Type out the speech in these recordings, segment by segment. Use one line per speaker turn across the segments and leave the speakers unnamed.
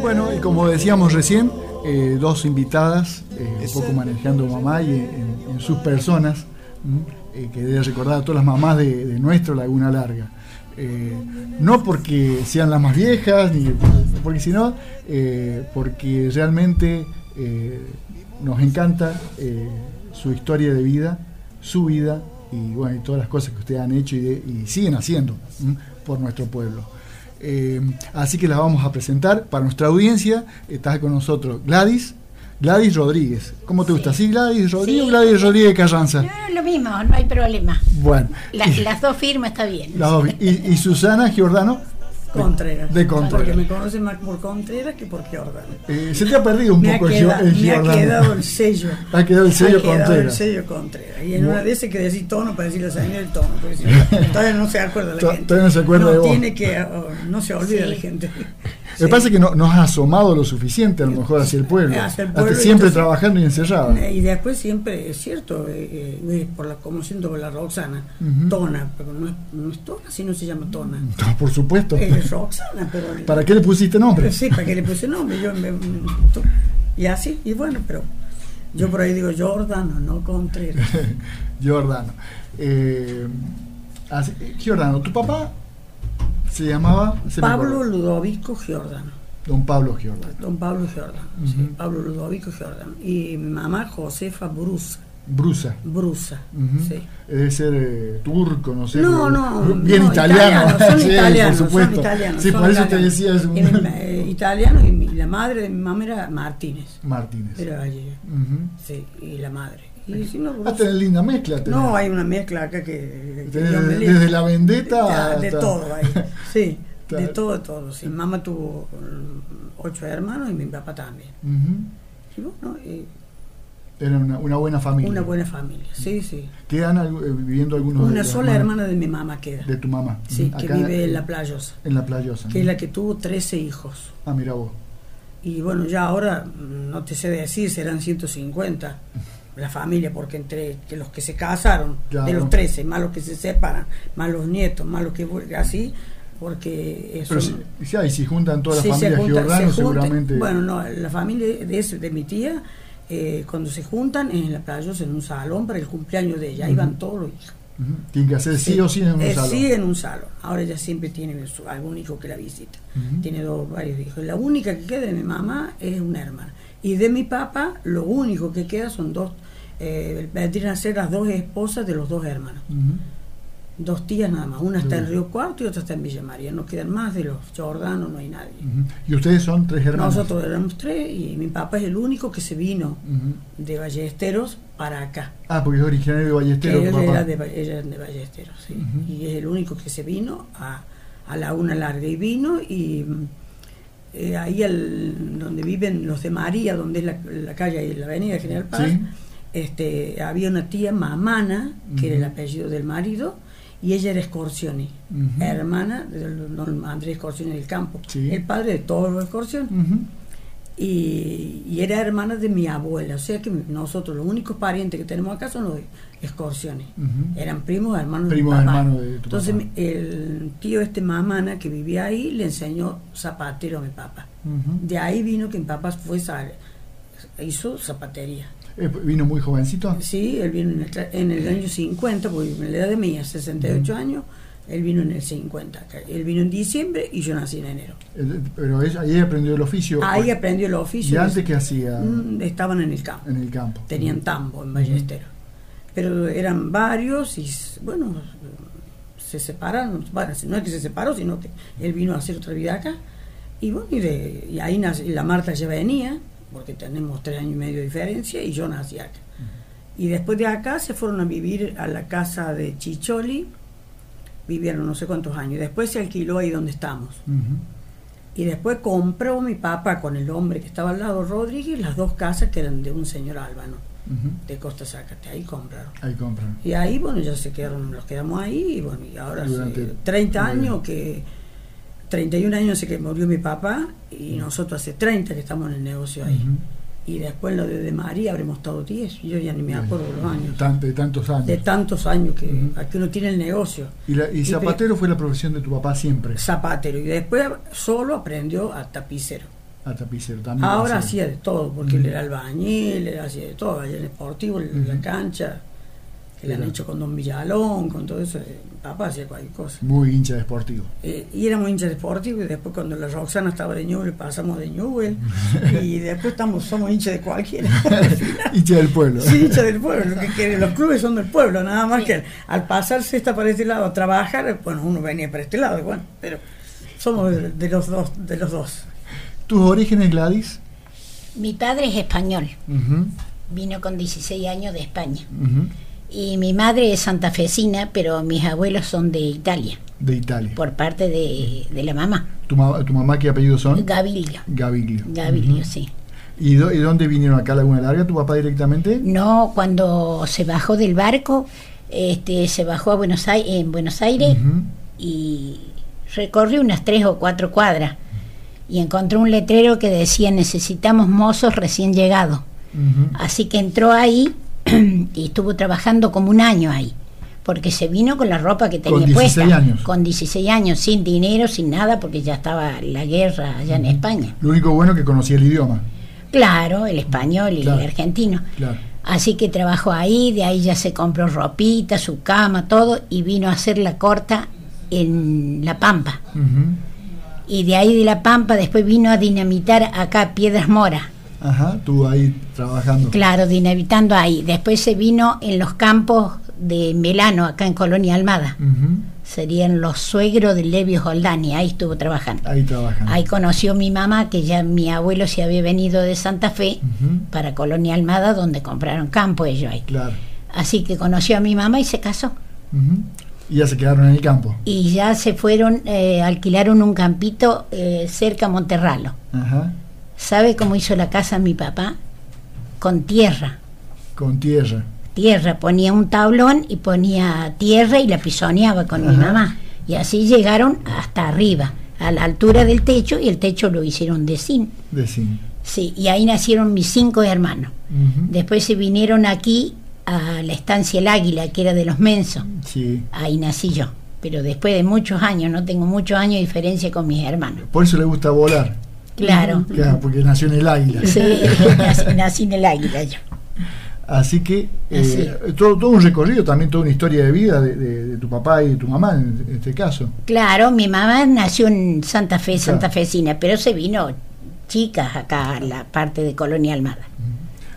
Bueno, y como decíamos recién, eh, dos invitadas, eh, un poco manejando mamá y en, en sus personas, mm, eh, que debe recordar a todas las mamás de, de nuestro Laguna Larga. Eh, no porque sean las más viejas, ni porque sino eh, porque realmente eh, nos encanta eh, su historia de vida, su vida y bueno y todas las cosas que ustedes han hecho y, de- y siguen haciendo ¿m? por nuestro pueblo. Eh, así que las vamos a presentar para nuestra audiencia. Está con nosotros Gladys, Gladys Rodríguez. ¿Cómo te gusta? ¿Sí, Gladys Rodríguez o
Sí.
Gladys Rodríguez Carranza?
No, lo mismo, no hay problema.
Bueno,
La-
y,
las dos firmas está bien.
las dos. Y- y Susana Giordano de-
Contreras.
de Contreras.
Porque me conocen más por Contreras que por Giordano.
Eh, se te ha perdido un
Me, ha,
poco el Gio-
queda-
el
me ha
Giordano.
quedado el sello.
Ha quedado el sello
ha quedado el
Contreras.
sello Contreras. Y en
Bu-
una de esas que decir tono para decir la señora del tono. porque si no, todavía no se acuerda la
To-
gente.
todavía no se acuerda
No,
de vos.
tiene que, oh, no se olvida
Sí.
la gente.
Me parece que no, nos has asomado lo suficiente, a lo mejor, hacia el pueblo.
Hacia el pueblo,
Hasta siempre
entonces-
trabajando y encerrado.
Y después siempre, es cierto, eh, eh, por la, como siento por la Roxana, Tona, pero no es, no es Tona, sino se llama Tona.
Por supuesto.
Es Roxana, pero...
¿Para qué le pusiste nombre?
Pero sí, para que le puse nombre. Yo me- tú- y así, y bueno, pero yo por ahí digo Jordano, no Contreras.
Giordano. Eh, así- Giordano, tu papá se llamaba se me
Pablo
acordó.
Ludovico Giordano.
Don Pablo Giordano.
Don Pablo Giordano. sí,
Ujú.
Pablo Ludovico Giordano. Y mi mamá Josefa Brusa.
Brusa.
Brusa.
Ujú.
sí.
Debe ser eh, turco, no sé.
No,
porque-
no.
Bien
no,
italiano.
Son
Sí,
italianos,
por supuesto.
Son italianos,
sí,
son
por eso te
italianos.
decía es
Y mi ma-
un...
eh, italiano y mi- la madre de mi mamá era Martínez.
Martínez.
Era gallega,
Ujú.
sí, y la madre. Y si no, pues,
Ah,
Brusa.
tenés linda mezcla. tenés.
No, hay una mezcla acá que... que
Tenés
yo me
desde,
leo.
desde la vendetta
Ya, de
hasta-
todo ahí. Sí,
Está-
de todo, de todo. Sí, mamá tuvo mm, ocho hermanos y mi papá también.
Ujú.
Y bueno, eh,
Era una, una buena familia.
una buena familia. Sí, sí.
Quedan algo- eh, viviendo algunos de
Una
los
sola
hermanos
hermana de mi mamá queda.
de tu mamá.
Sí,
Ujú.
que
Acá
vive en La Playosa.
en la playosa.
Que es la que tuvo 13 hijos.
Ah, mira vos.
Y bueno, ya ahora, mm, no te sé decir, serán 150 la familia, porque entre que los que se casaron, de
Claro.
los 13, más los que se separan, más los nietos, más los que vu- así, porque eso...
Pero si, si, ah, y si juntan todas las
Sí, se
familias
juntan,
giordanos,
se juntan.
seguramente.
Bueno, no, la familia de, ese- de mi tía, eh, cuando se juntan en la playa, en un salón para el cumpleaños de ella, ahí van todos los hijos.
Ujú. Tienen que hacer sí, o sí en un
Eh,
salón.
Sí, en un salón. Ahora ella siempre tiene su- algún hijo que la visita.
Ujú.
Tiene dos, varios hijos. La única que queda de mi mamá es una hermana. Y de mi papá, lo único que queda son dos, eh, vendrían a ser las dos esposas de los dos hermanos.
Ujú.
Dos tías nada más. Una está en
Ujú.
Río Cuarto y otra está en Villa María. No quedan más de los Jordanos, no hay nadie.
Ujú. Y ustedes son tres hermanos.
Nosotros éramos tres y mi papá es el único que se vino
Ujú.
de Ballesteros para acá.
Ah, porque es originario de Ballesteros,
Ellos
papá.
eran de, Ba- eran de Ballesteros, sí.
Ujú.
Y es el único que se vino a, a la una larga y vino y mm, eh, ahí al- donde viven los de María, donde es la, la calle y la avenida General Paz,
Sí.
este, había una tía Mamana, que era el
Ujú.
apellido del marido, y ella era Scorsioni,
Ujú.
hermana de don Andrés Scorsioni del Campo,
Sí.
el padre de todos los Scorsioni
Ujú.
y, y era hermana de mi abuela, o sea que nosotros los únicos parientes que tenemos acá son los de escorciones.
Ujú.
Eran primos hermanos
Primos,
de mi papá.
hermanos de tu
Entonces
papá.
mi- el tío este mamana que vivía ahí le enseñó zapatero a mi papá.
Ujú.
De ahí vino que mi papá fue sa- hizo zapatería.
Eh, ¿Vino muy jovencito?
Sí, él vino en el, tra- en el año 50, porque en la edad de mía, 68 años, él vino en el 50. acá. Él vino en diciembre y yo nací en enero.
Eh, Pero ella- ahí aprendió el oficio. pues.
Ahí
¿Y
aprendió el oficio.
antes qué hacía
Mm, Estaban en el campo.
en el campo?
tenían tambo en Ballesteros. Pero eran varios y, s- bueno, se separaron. Bueno, no es que se separó, sino que él vino a hacer otra vida acá. Y bueno, y, de- y ahí nace- y la Marta ya venía, porque tenemos tres años y medio de diferencia, y yo nací acá. Y después de acá se fueron a vivir a la casa de Chicholi, vivieron no sé cuántos años, después se alquiló ahí donde estamos.
Ujú.
Y después compró mi papá con el hombre que estaba al lado, Rodríguez, las dos casas que eran de un señor Álvaro,
Ujú.
de Costa Zacate, ahí compraron.
Ahí compran.
Y ahí, bueno, ya se quedaron, los quedamos ahí, y bueno, y ahora hace
Durante-
30 años que, 31 años hace que murió mi papá, y nosotros hace 30 que estamos en el negocio ahí.
Mm. Ujú.
Y después lo de, de María habremos estado 10, yo ya ni me acuerdo de los años,
Tan- de tantos años.
de tantos años que,
Ujú.
a que uno tiene el negocio,
y, la- y
y
zapatero fue la profesión de tu papá siempre.
zapatero, y después solo aprendió a tapicero.
A tapicero también.
Ahora
hacía.
hacía de todo, porque
Ujú.
él era albañil, él hacía de todo, allá en el Sportivo, en
Mm. Ujú.
la cancha, que le han
Era.
hecho con Don Villalón, con todo eso, eh, papá hacía cualquier cosa.
Muy hincha de Sportivo.
Eh, y éramos hinchas de Sportivo, y después cuando la Roxana estaba de Newell, pasamos de Newell, y después estamos, somos hinchas de cualquiera.
hincha del pueblo.
Sí, hinchas del pueblo, lo que quiere, los clubes son del pueblo, nada más que al pasarse esta para este lado a trabajar, bueno, uno venía para este lado, bueno, pero somos de, de los dos, de los dos.
¿Tus orígenes, Gladys?
Mi padre es español,
Ujú,
vino con 16 años de España.
ujú.
Y mi madre es santafesina, pero mis abuelos son de Italia,
De Italia.
por parte de, de la mamá,
¿Tu, ma- ¿Tu mamá qué apellidos son?
Gavilio.
Gaviglio.
Gavilio,
Ujú.
sí.
¿Y, do- y dónde vinieron acá a Laguna Larga? ¿Tu papá directamente?
No, cuando se bajó del barco, este, se bajó a Buenos Aires, en Buenos Aires
Ujú.
y recorrió unas tres o cuatro cuadras y encontró un letrero que decía necesitamos mozos recién llegados.
Ujú.
Así que entró ahí y estuvo trabajando como un año ahí, porque se vino con la ropa que
Con
tenía
16
puesta,
años.
con 16 años, sin dinero, sin nada, porque ya estaba la guerra allá en España.
Lo único bueno que conocía el idioma.
Claro, el español y
Claro.
el argentino.
Claro.
Así que trabajó ahí, de ahí ya se compró ropita, su cama, todo, y vino a hacer la corta en La Pampa.
Ujú.
Y de ahí de La Pampa después vino a dinamitar acá a Piedras Mora.
Ajá, tú ahí trabajando.
Claro, dinamitando ahí. Después se vino en los campos de Melano, acá en Colonia Almada.
Ujú.
Serían los suegros de Levio Holdani, ahí estuvo trabajando.
Ahí trabajando.
Ahí conoció mi mamá, que ya mi abuelo se había venido de Santa Fe
Ujú.
para Colonia Almada, donde compraron campo ellos ahí.
Claro.
Así que conoció a mi mamá y se casó.
Ujú. Y ya se quedaron en el campo.
Y ya se fueron, eh, alquilaron un campito eh, cerca a Monterralo.
Ajá.
¿Sabe cómo hizo la casa mi papá? Con tierra.
Con tierra.
Tierra, ponía un tablón y ponía tierra y la pisoneaba con mi
Ajá.
mamá. Y así llegaron hasta arriba, a la altura del techo, y el techo lo hicieron de zinc.
De zinc.
Sí, y ahí nacieron mis cinco hermanos.
Ujú.
Después se vinieron aquí a la estancia El Águila, que era de los Mensos.
Sí.
Ahí nací yo, pero después de muchos años, no tengo muchos años de diferencia con mis hermanos.
Por eso le gusta volar.
Claro,
Claro, porque nació en el águila.
sí, nací, nací en el águila yo.
Así que eh,
Así.
todo, todo un recorrido, también toda una historia de vida de, de- de tu papá y de tu mamá en este caso.
Claro, mi mamá nació en Santa Fe, Santa
Claro.
Fecina, pero se vino chicas acá a la parte de Colonia Almada.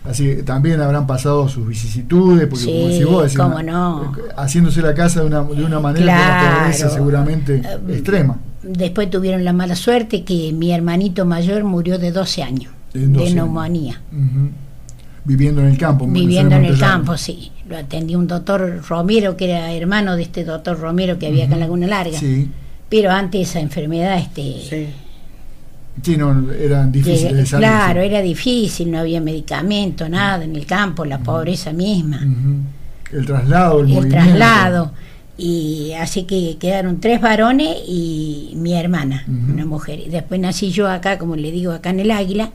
Así que también habrán pasado sus vicisitudes, porque como
Sí,
decís vos, decís,
cómo
una-
no.
eh, haciéndose la casa de una, de una manera con una
Claro.
pobreza seguramente
Eh,
extrema.
Después tuvieron la mala suerte que mi hermanito mayor murió de 12 años
De 12
de
años.
neumonía,
Ujú. Viviendo en el campo.
mm. viviendo en el
Monterrey.
campo, sí. Lo atendió un doctor Romero, que era hermano de este doctor Romero que había acá en
Ujú.
Laguna Larga.
Sí.
Pero antes esa enfermedad, este,
Sí.
Sí, no, eran difíciles de
que-
salir.
claro,
sí.
era difícil, no había medicamento, nada en el campo, la pobreza misma.
Ujú. El traslado, el,
el
movimiento.
traslado. Y así que quedaron tres varones y mi hermana,
Ujú.
una mujer. Y después nací yo acá, como le digo, acá en el Águila.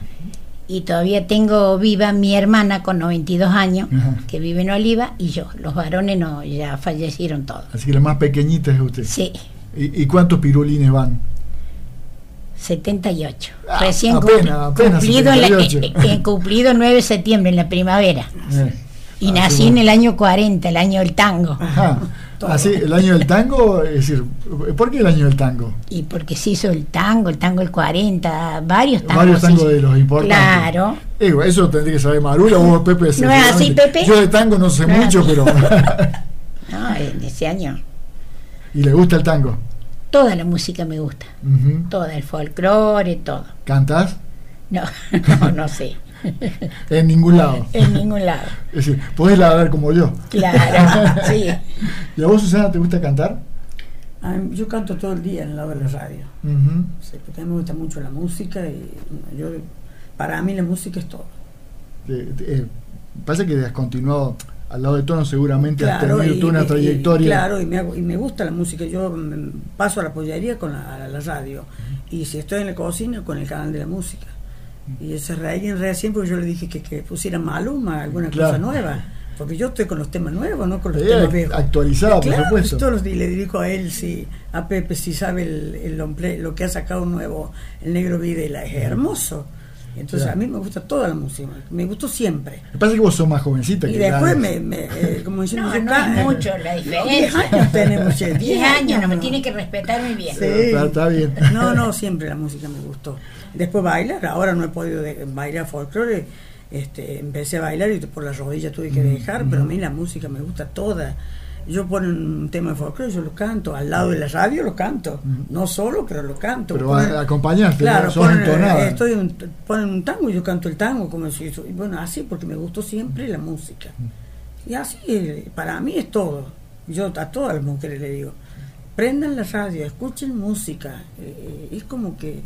Y todavía tengo viva mi hermana con 92 años,
Ajá.
que vive en Oliva, y yo. Los varones no, ya fallecieron todos.
Así que la más pequeñita es usted.
Sí,
¿Y, y cuántos pirulines van?
78.
Ah,
Recién
apenas,
cumpli-
apenas
cumplido, en la-
78.
eh, eh, cumplido 9 de septiembre, en la primavera.
Eh.
Y
Ah,
nací
sí,
en
bueno.
el año 40, el año del tango.
Ajá. Ah, Así, el año del tango, es decir, ¿por qué el año del tango?
Y porque se hizo el tango, el tango del 40, varios tangos.
Varios
se
tangos
hizo.
de los importantes.
Claro.
Eh, bueno, eso tendría que saber Marula o Pepe. seguramente.
así, Pepe?
Yo de tango no sé
No es
mucho,
así.
pero.
No, en ese año.
y le gusta el tango.
Toda la música me gusta.
Ujú.
Toda, el folclore, todo.
¿Cantás?
No, no, no sé.
En ningún lado.
En ningún lado.
Es decir, podés ladrar como yo.
Claro, sí.
¿Y a vos, Susana, te gusta cantar?
A mí- Yo canto todo el día en el lado de la radio,
Ujú.
sí, porque a mí me gusta mucho la música y bueno, yo, para mí la música es todo.
Eh, eh, pasa que has continuado al lado de Tono, seguramente has tenido
y-
tú una
y-
trayectoria.
Y, claro, y me, hago- y me gusta la música. Yo mm, paso a la pollería con la, a la radio. Y si estoy en la cocina, con el canal de la música. Y ese reían, reían siempre porque yo le dije que, que pusiera Maluma, alguna cosa
Claro.
nueva. Porque yo estoy con los temas nuevos, no con los
Eh,
temas viejos.
actualizado, Ah, por
Claro,
supuesto.
Todos los días le dedico a él, si, a Pepe, si sabe el, el hombre, lo que ha sacado nuevo, el negro Videla, es hermoso. Entonces
Claro.
a mí me gusta toda la música, me gustó siempre.
Lo que pasa es que vos sos más jovencita
Y
que
después
Gladys.
me, me, eh, como diciendo,
No,
yo
no
ca-
es mucho la
10
diferencia.
años tenemos, che,
10 años, no me
¿no?
tiene que respetar muy bien.
Sí.
Está, está bien.
No, no, siempre la música me gustó. Después bailar, ahora no he podido de- bailar folclore. Este, empecé a bailar y por las rodillas tuve
Mm,
que dejar, pero a mí la música me gusta toda. Yo pongo un tema de folclore, yo lo canto. Al lado de la radio lo canto. No solo, pero lo canto.
Mm. Pero
Ponen-
a- acompañaste,
Claro,
¿no? sos
ponen,
entonada.
eh, estoy un, ponen un tango y yo canto el tango. como si eso- y Bueno, así, porque me gustó siempre la música. Y así, eh, para mí es todo. Yo a todas las mujeres le digo, prendan la radio, escuchen música. eh, es como que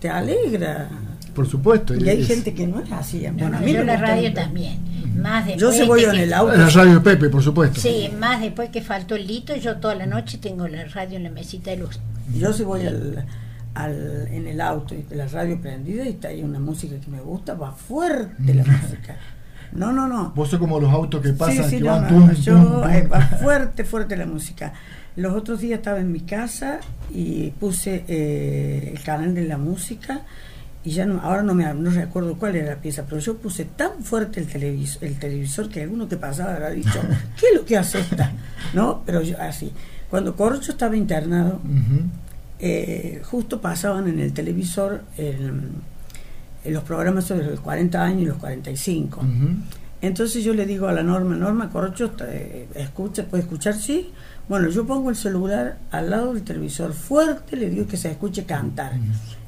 te alegra.
Por supuesto.
Y hay
es-
gente que no es así.
No,
Bueno,
no,
a mí
yo
me
la
gusta
radio
el-
también. Más
Yo
después
se voy
que-
en el auto.
La radio de Pepe, por supuesto.
Sí, más después que faltó el lito, yo toda la noche tengo la radio en la mesita de luz.
Yo si voy al, al- en el auto y la radio prendida y está ahí una música que me gusta, va fuerte la música. No, no, no.
Vos sos como los autos que pasan,
sí, sí,
que
no,
van
no,
pum,
no, yo,
pum, pum.
eh, va fuerte, fuerte la música. Los otros días estaba en mi casa y puse eh, el canal de la música y ya no, ahora no me no recuerdo cuál era la pieza, pero yo puse tan fuerte el televisor, el televisor que alguno que pasaba habrá dicho, ¿qué es lo que hace esta? No, pero yo así. Cuando Corcho estaba internado,
Ujú.
eh, justo pasaban en el televisor el- los programas sobre los 40 años y los 45.
Ujú.
Entonces yo le digo a la Norma, Norma Corcho, eh, escucha, ¿puede escuchar? Sí. Bueno, yo pongo el celular al lado del televisor fuerte, le digo que se escuche cantar.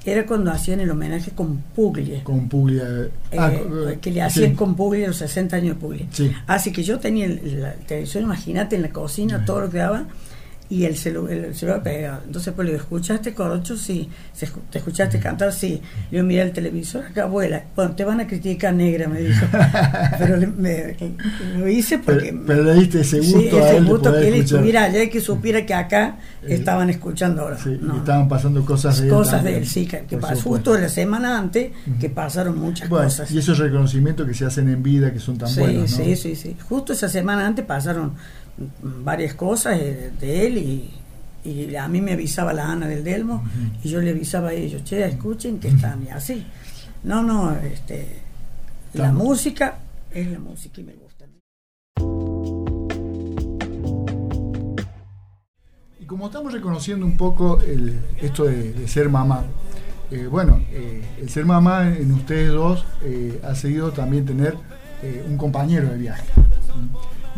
Era cuando hacían el homenaje con Puglia,
Con Puglia.
eh,
ah, co-
que le hacían
sí.
con Puglia los 60 años de Puglia.
Sí.
Así que yo tenía el, la- el televisor, imagínate, en la cocina, todo lo que daba, y el, celu- el celular pegado. Entonces, pues le digo, ¿escuchaste Corocho? Sí. Se escu- ¿Te escuchaste cantar? Sí. Le digo, mira el televisor, acá abuela. Bueno, te van a criticar negra, me dijo. Pero le- me- lo hice porque...
Pero, pero le diste ese
sí,
gusto a
ese
él de
gusto
poder
que él
escuchar.
estuviera allá y que supiera que acá
Eh,
estaban escuchando ahora.
Sí, y
No,
estaban pasando cosas de él.
Cosas de
también,
él, sí, que, que
por
pasó
supuesto.
justo la semana antes, que pasaron muchas
Bueno,
cosas.
y esos reconocimientos que se hacen en vida que son tan
Sí,
buenos. ¿no?
sí, sí, sí. Justo esa semana antes pasaron mm, varias cosas eh, de él y, y a mí me avisaba la Ana del Delmo y yo le avisaba a ellos, che, escuchen que están y así. No, no, este, la
Estamos.
música es la música y me gusta.
Y como estamos reconociendo un poco el- esto de, de ser mamá, eh, bueno, eh, el ser mamá en ustedes dos eh, ha seguido también tener eh, un compañero de viaje.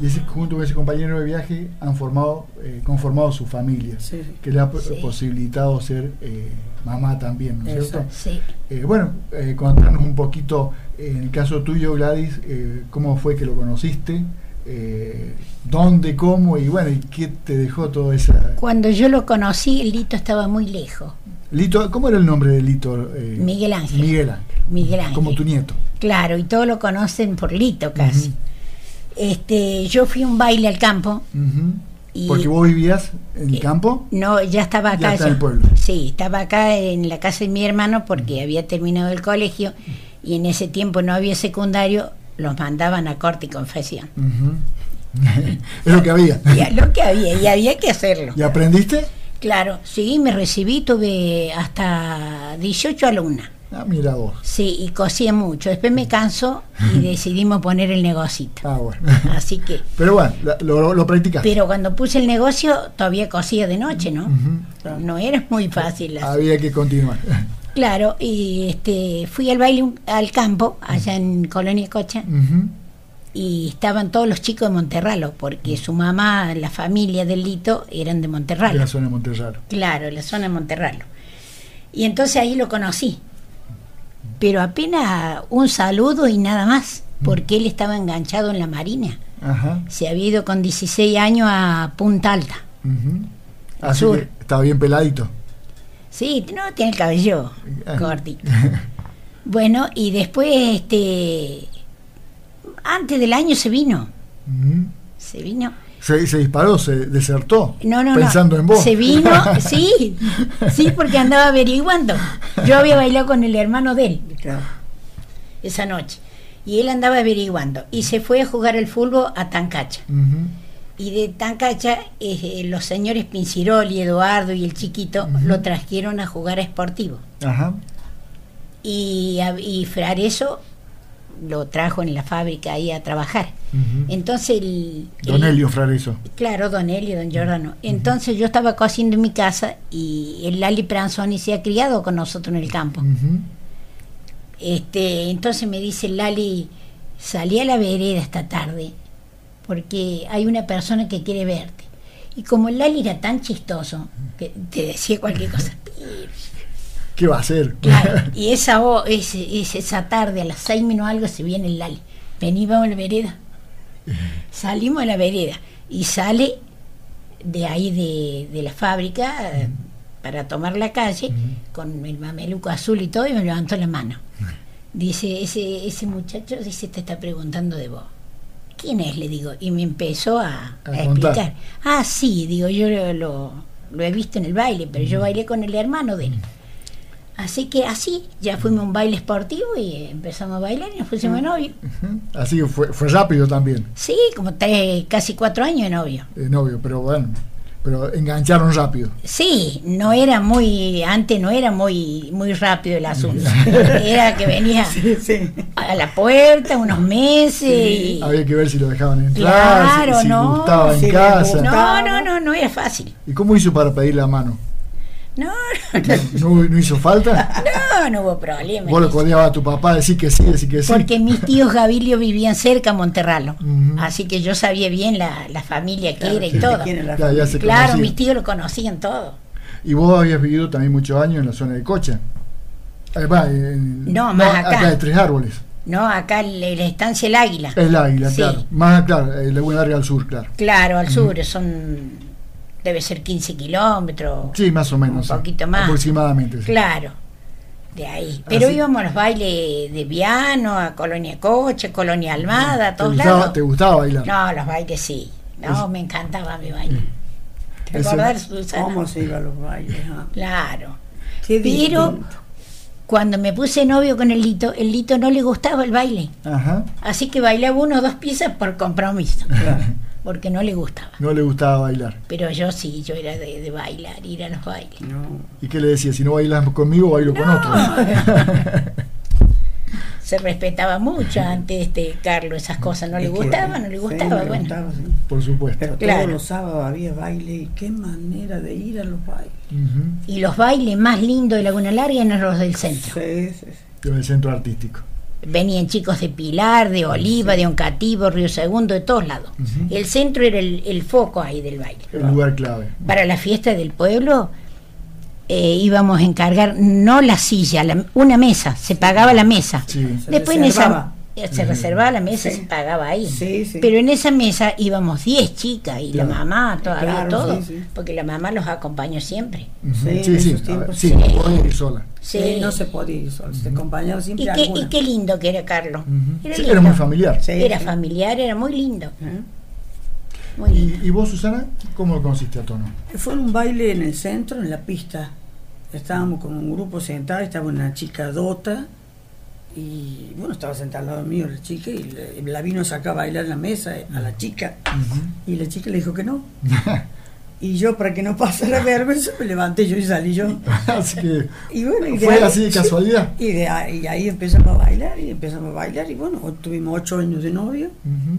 Y ese, junto con ese compañero de viaje han formado, eh, conformado su familia,
Sí, sí.
que le ha po-
Sí.
posibilitado ser eh, mamá también, ¿no es cierto?
Exacto.
Sí.
Eh, bueno, eh, contanos un poquito, eh, en el caso tuyo, Gladys, eh, cómo fue que lo conociste, eh, dónde, cómo y bueno, y qué te dejó toda esa...
Cuando yo lo conocí, el lito estaba muy lejos.
Lito, ¿cómo era el nombre de Lito? eh?
Miguel Ángel.
Miguel Ángel,
Miguel Ángel.
como tu nieto.
Claro, y todos lo conocen por lito casi.
Ujú.
Este, yo fui a un baile al campo.
Ujú.
Y- Eh.
Porque vos vivías en el campo.
No, ya estaba acá.
Ya está
yo.
en el pueblo.
Sí, estaba acá en la casa de mi hermano porque había terminado el colegio y en ese tiempo no había secundario, los mandaban a corte y confesión.
Ujú. es lo que había.
Y a lo que había, y había que hacerlo.
¿Y aprendiste?
Claro, sí, me recibí, tuve hasta 18 alumnas.
Ah, mira vos.
Sí, y cosía mucho. Después me cansó y decidimos poner el negocito.
Ah, bueno.
Así que,
Pero bueno, la- lo, lo practicaste.
pero cuando puse el negocio todavía cosía de noche, ¿no?
Claro.
No era muy fácil. así.
Había que continuar.
Claro, y este, fui al baile un- al campo, allá en Colonia Cocha,
Ujú.
y estaban todos los chicos de Monterralo, porque su mamá, la familia del Lito, eran
De
de Monterralo.
la zona de Monterraro.
Claro, la zona de Monterralo. Y entonces ahí lo conocí. pero apenas un saludo y nada más, porque él estaba enganchado en la Marina.
Ajá.
Se había ido con 16 años a Punta Alta.
ujú. Así
Sur.
que estaba bien peladito.
Sí, no, tiene el cabello
Ah.
cortito. Bueno, y después, este, antes del año se vino,
Ujú.
se vino.
se, se disparó, se desertó.
No, no, no.
pensando en vos.
Se vino, sí, sí, porque andaba averiguando. Yo había bailado con el hermano de él
Claro.
esa noche. Y él andaba averiguando. Y se fue a jugar el fútbol a Tancacha.
Ujú.
Y de Tancacha, eh, los señores Pinciroli, Eduardo y el chiquito
Ujú.
lo trajeron a jugar a Sportivo.
Ajá.
Y, a- y Frareso lo trajo en la fábrica ahí a trabajar.
Ujú.
Entonces el...
Don
el-
Elio Frareso.
Claro, Don Elio, Don Giordano. Entonces yo estaba cociendo en mi casa y el Lali Pranzoni se ha criado con nosotros en el campo.
Ujú.
Este, entonces me dice Lali, salí a la vereda esta tarde porque hay una persona que quiere verte. Y como el Lali era tan chistoso, que te decía cualquier cosa.
¿Qué va a hacer?
Claro, y esa, vo- ese- ese- esa tarde, a las seis menos algo, se viene el Lali. Vení, vamos a la vereda. Salimos a la vereda y sale de ahí de, de la fábrica eh, para tomar la calle con el mameluco azul y todo y me levantó la mano. Dice, ese, ese muchacho dice, te está preguntando de vos. ¿Quién es? Le digo. Y me empezó a,
A
a explicar.
contar.
Ah, sí, digo, yo lo, lo- lo he visto en el baile, pero yo bailé con el hermano de él. Así que así, ya fuimos a un baile esportivo y empezamos a bailar y nos pusimos novios.
Ujú. Así que fue, fue rápido también,
Sí, como tres, casi cuatro años de novio.
eh, novio, pero bueno. Pero engancharon rápido.
Sí, no era muy, antes no era muy, muy rápido el asunto. Era que venía
Sí, sí.
a la puerta unos meses y...
Había que ver si lo dejaban entrar, si-
Claro,
si,
no,
gustaba en
si le
casa.
gustaba.
No, no, no, no era fácil.
¿Y cómo hizo para pedir la mano?
No, no, no,
¿No, no hizo falta?
no, no hubo problema.
Vos lo codeabas a tu papá, decir que sí, decir que sí.
Porque mis tíos Gavilio vivían cerca a Monterralo.
Ujú.
Así que yo sabía bien la, la familia que
Claro,
era y
sí,
todo.
quién era.
Ya- ya se
Claro,
conocían.
mis tíos lo conocían todo.
Y vos habías vivido también muchos años en la zona de Cocha. Eh, va, en-
No, más acá.
de Tres Árboles.
No, acá en la la estancia El Águila.
Es la águila,
Sí.
claro. Más, claro, eh, Laguna Larga al sur, claro.
Claro, al sur, son. debe ser 15 kilómetros.
Sí, más o menos.
Un
sí.
poquito más.
Aproximadamente. sí.
Claro, de ahí. Pero
Así-
íbamos a los bailes de Viano, a Colonia Coche, Colonia Almada, a
¿Te,
todos
gustaba,
lados.
te gustaba bailar?
No, los bailes sí. No,
Es- Mm.
me encantaba mi baile. ¿Te
Ese-
acordás, Susana?
¿Cómo se iba a los bailes? ah?
Claro.
Qué
Pero-
distinto.
Cuando me puse novio con el Lito, el Lito no le gustaba el baile.
Ajá.
Así que bailaba uno o dos piezas por compromiso,
Claro.
porque no le gustaba.
No le gustaba bailar.
Pero yo sí, yo era de, de bailar, ir a los bailes.
No.
¿Y qué le decía? Si no bailas conmigo, bailo con otro.
Se respetaba mucho antes este Carlos, esas cosas no le
Es que-
gustaba, no
sí,
le gustaba, bueno.
gustaba, sí.
Por supuesto.
Pero
Claro.
todos los sábados había baile y qué manera de ir a los bailes.
Ujú.
Y los bailes más lindos de Laguna Larga eran los del centro.
Sí, sí, sí.
Yo del centro artístico.
Venían chicos de Pilar, de Oliva, de Oncativo, Río Segundo, de todos lados.
Ujú.
El centro era el, el foco ahí del baile.
El lugar clave.
Para la fiesta del pueblo eh, íbamos a encargar no la silla, la- una mesa, se pagaba la mesa.
Sí.
Se
Después en esa,
reservaba.
eh, se reservaba la mesa,
Sí.
se pagaba ahí.
Sí, sí.
Pero en esa mesa íbamos 10 chicas y la
Claro.
mamá, todavía
Claro,
todo,
sí, sí.
porque la mamá los acompañó siempre.
Ujú.
Sí, en
Sí, sí.
esos
a ver,
tiempos.
sí,
Sí.
podés ir sola.
Sí.
Sí, no se podía ir solo, se acompañaba
y,
siempre
qué,
alguna. Mm.
y qué lindo que era Carlos.
Ujú.
Era
Sí,
lindo.
era muy familiar.
Sí,
Era
sí.
familiar, era muy lindo.
¿Eh?
Muy lindo.
¿Y, y vos, Susana, cómo lo conociste a Tono?
Fue en un baile en el centro, en la pista. Estábamos con un grupo sentado, estaba una chica dota y bueno, estaba sentada al lado mío la chica y le- la vino a sacar a bailar en la mesa eh, a la chica
Ujú.
y la chica le dijo que no. Y yo para que no pasara vergüenza me levanté yo y salí yo.
así que
Y bueno, y de
fue
ahí-
así de casualidad.
Y, de ahí, y ahí empezamos a bailar y empezamos a bailar y bueno, tuvimos ocho años de novio.
Ujú.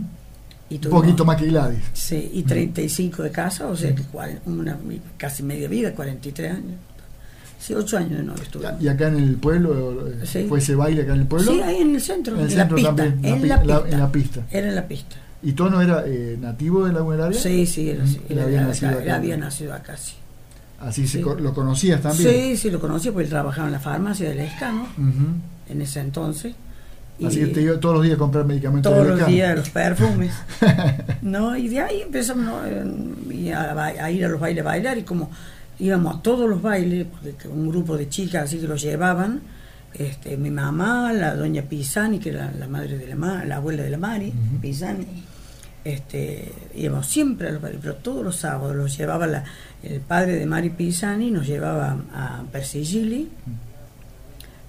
Y
Un
tuvimos-
poquito más que Gladys.
Sí, y 35 de casa, o sea que cuaren- una, casi media vida, 43 años. Sí, 8 años de novio estuve.
Y acá en el pueblo, eh,
Sí.
fue ese baile acá en el pueblo.
Sí, ahí en el centro,
En el
la
centro
pista,
también, la
en
pi-
la
la-
pista.
en la pista.
Era en la pista.
¿Y Tono era eh, nativo de Laguna Larga?
Sí, sí, era así.
Él
Era,
había
era
nacido
acá,
acá.
él había nacido acá, sí.
Así se
Sí.
co- lo conocías también.
Sí, sí, lo conocía porque él trabajaba en la farmacia del ESCA, ¿no?
Ujú.
en ese entonces.
Así que te iba todos los días a comprar medicamentos.
Todos
de
los
Becam.
días los perfumes. ¿no? Y de ahí empezamos ¿no? En- y a, ba- a ir a los bailes a bailar y como íbamos a todos los bailes, porque que un grupo de chicas así que los llevaban, este, mi mamá, la doña Pisani, que era la madre de la, ma- la abuela de la Mari,
Ujú.
Pisani, este, íbamos siempre a los bailes, pero todos los sábados los llevaba la- el padre de Mari Pisani, nos llevaba a Persigili,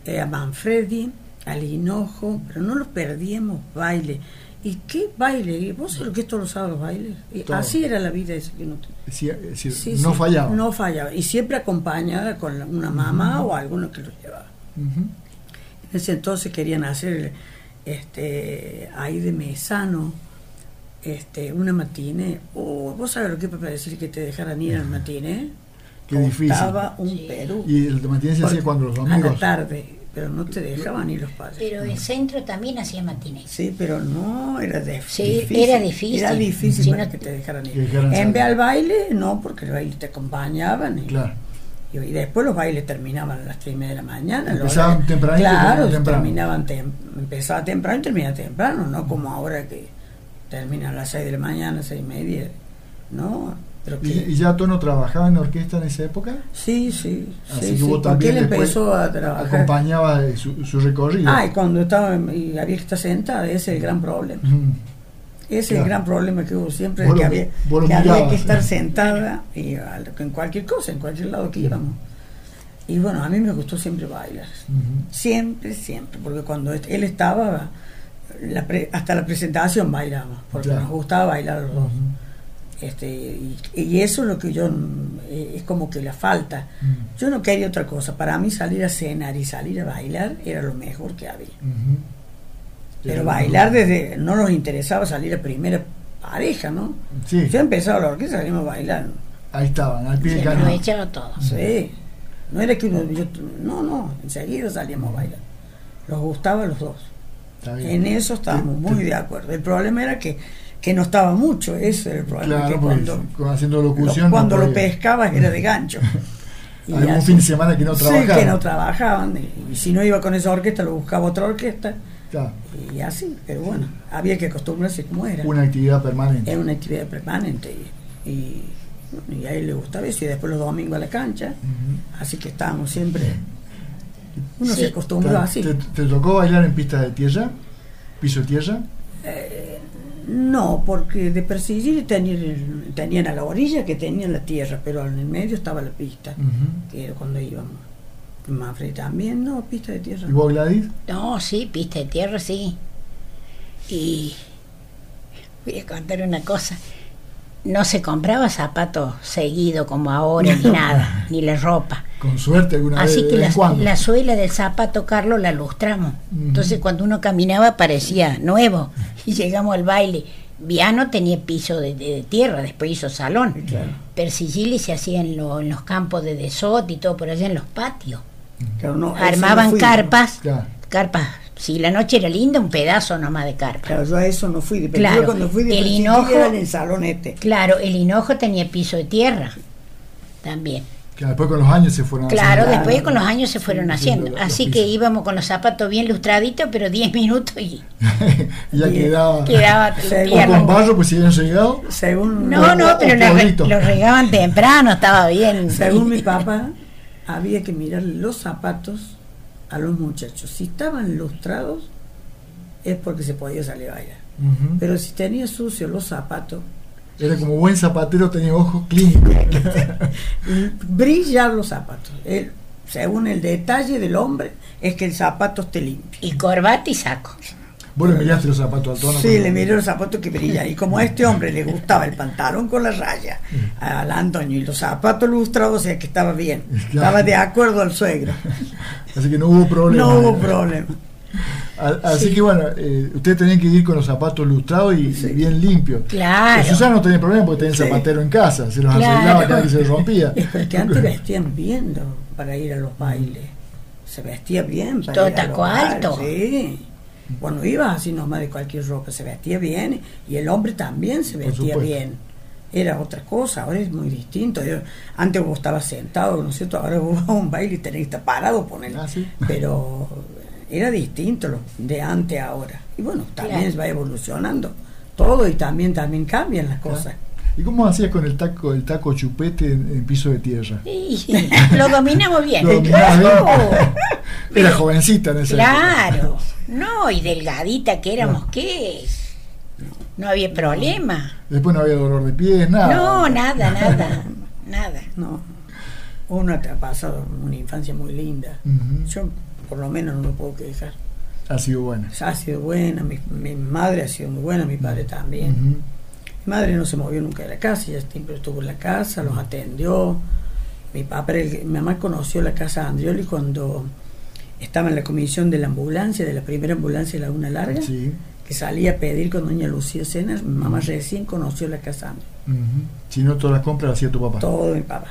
eh, a Manfredi, al Hinojo, pero no los perdíamos baile. ¿Y qué baile? ¿Y ¿Vos sabés lo que es todos los sábados baile? Y
Todo.
así era la vida esa que no te-
Sí, es decir,
Sí,
no
sí,
fallaba.
No fallaba. Y siempre acompañada con la- una mamá o alguno que lo llevaba.
Ujú.
En ese entonces querían hacer este ahí de mesano este una matine. Oh, ¿Vos sabés lo que para decir que te dejaran ir al matine? ¿eh?
Qué difícil.
Costaba un
Sí.
Perú.
Y el de Martínez se hacía
Porque
cuando los
A la
domingos.
tarde, pero no te dejaban ir los padres.
Pero el centro también hacía matines.
Sí, pero no, era de-
Sí,
difícil.
era difícil.
Era difícil
Sí,
para
no-
que te dejaran ir.
Que dejaran
en
salir.
vez al baile, no, porque el baile te acompañaban. Y,
Claro.
y, y después los bailes terminaban a las tres y media de la mañana. los
Empezaban
horarios-
tempranito y
Claro,
terminaban temprano. Mm.
terminaban tem- empezaba temprano y terminaba temprano, no como ahora que termina a las seis de la mañana, seis y media. No, pero que...
¿Y, y ya tú no trabajaba en orquesta en esa época?
sí, sí,
Así
sí,
que
sí,
vos
porque
también
él
después
empezó a trabajar.
Acompañaba eh, su, su recorrido.
Ah, y cuando estaba y la vieja está sentada, ese es el gran problema.
Ujú.
Ese es
Claro.
el gran problema que hubo siempre,
Vos
que,
lo-
había,
vos lo
que había
mirabas,
que estar
¿eh?
sentada y a lo que- en cualquier cosa, en cualquier lado que íbamos. Y bueno, a mí me gustó siempre bailar,
Ujú.
siempre, siempre, porque cuando est- él estaba, la pre- hasta la presentación bailábamos, porque
Claro.
nos gustaba bailar a los dos.
Ujú.
Este, y, y eso es lo que yo, mm, eh, es como que la falta.
Ujú.
Yo no quería otra cosa, para mí salir a cenar y salir a bailar era lo mejor que había.
Ujú.
Pero bailar desde. No nos interesaba salir a primera pareja, ¿no?
Sí,
Yo empezaba la orquesta, salimos bailando.
ahí estaban, al pie
Se
del cañón.
aprovechaba todo.
Sí. No era que uno. yo- no, no, enseguida salíamos a bailar. Nos gustaba a los dos.
Está bien.
En eso estábamos
Te- te-
muy de acuerdo. El problema era que, que no estaba mucho, ese era el problema.
Claro,
que
porque
cuando
con- haciendo
lo,
locución. no
cuando lo
podía.
pescabas era de gancho. Y
Algún
así-
fin de semana que no
sí,
trabajaba.
que no trabajaban. Y, y si no iba con esa orquesta, lo buscaba otra orquesta.
Claro,
Y así, pero bueno, había que acostumbrarse como era.
una actividad permanente.
era una actividad permanente y, y, bueno, y a él le gustaba eso y después los domingos a la cancha
Ujú.
así que estábamos siempre uno
Sí.
se acostumbró así
¿Te, te tocó bailar en pista de tierra? ¿Piso de tierra?
no porque de perseguir tenían, el- tenían a la orilla que tenían la tierra pero en el medio estaba la pista
Ujú.
que era cuando íbamos Manfred también no pista de tierra
¿Y vos, Gladys?
No, sí, pista de tierra, sí. Y voy a contar una cosa. No se compraba zapatos seguido como ahora, ni nada, ni la ropa.
Con suerte alguna vez.
Así
de
que
vez
la,
en cuando.
la suela del zapato, Carlos, la lustramos.
Ujú.
Entonces, cuando uno caminaba, parecía nuevo. Y llegamos al baile. Viano tenía piso de, de- de tierra, después hizo salón.
Claro.
Persigili se hacía en, lo- en los campos de Desot y todo por allá en los patios.
Claro, no, eso
Armaban
no fui,
carpas.
Claro.
Carpas. Si la noche era linda, un pedazo nomás de carpa.
claro yo a eso no fui de pero
Claro,
yo cuando fui de
el
Persigil
hinojo-
era en el salón este
Claro, el hinojo tenía piso de tierra también.
Claro, después con los años se fueron
Claro,
haciendo-
después con los años se fueron
sí,
haciendo.
los- los
Así que
pisos.
íbamos con los zapatos bien lustraditos, pero 10 minutos y
ya quedaba.
quedaba
Sí.
O
tierra.
con barro, pues si habían llegado.
según
No, no, pero
o
la re-
polvito.
lo regaban temprano, estaba bien.
Según mi papá, había que mirar los zapatos a los muchachos. Si estaban lustrados, es porque se podía salir a bailar.
Ujú.
Pero si tenía sucios los zapatos,
Era como buen zapatero, tenía ojos clínicos.
brillar los zapatos. Él, según el detalle del hombre, es que el zapato esté limpio.
Y corbata y saco.
Vos le miraste los zapatos al tono.
Sí,
cuando-
le miró los zapatos que brilla. Y como a este hombre le gustaba el pantalón con la raya,
Mm.
al Antonio, y los zapatos lustrados, o sea que estaba bien.
Claro.
Estaba de acuerdo al suegro.
Así que no hubo problema.
No hubo problema.
A- Así que bueno, eh, ustedes tenían que ir con los zapatos lustrados y, y
Sí.
bien limpios.
Claro.
Pero Susana no tenía problema porque tenía el
Sí.
zapatero en casa, se los
Claro.
arreglaba cada vez que se rompía.
Es porque antes vestían bien lo- para ir a los bailes. Se vestía bien para
Todo
ir a los
taco
bailes,
alto.
Sí. Cuando ibas así nomás de cualquier ropa, se vestía bien y el hombre también se
Por
vestía
supuesto.
bien. Era otra cosa, ahora es muy distinto. Yo- antes vos estabas sentado, ¿no es cierto? Ahora vos vas a un baile y tenés que estar parado, poner.
Ah, sí.
Pero era distinto lo de antes a ahora. Y bueno, también va evolucionando todo y también, también cambian las cosas.
¿Y cómo hacías con el taco, el taco chupete en, en piso de tierra?
Y- lo dominamos bien.
Lo dominabas bien.
Claro.
Oh.
Era jovencita en ese
Claro, no, y delgadita que éramos, ¿qué? No había problema.
Después no había dolor de pies, nada.
No, nada, nada, nada.
No. Uno te ha pasado una infancia muy linda.
Ujú.
Yo, por lo menos, no me puedo quejar.
Ha sido buena.
O sea, ha sido buena, mi, mi madre ha sido muy buena, mi padre también.
Ujú.
Mi madre no se movió nunca de la casa, ella siempre estuvo en la casa, los atendió. Mi papá, era el que- mi mamá conoció la casa de Andrioli cuando estaba en la comisión de la ambulancia, de la primera ambulancia de la Laguna Larga,
Sí.
que salía a pedir con doña Lucía Cenas. Mi mamá recién conoció la casa de Andrioli.
Ujú. Si no, todas las compras las hacía tu papá.
Todo mi papá.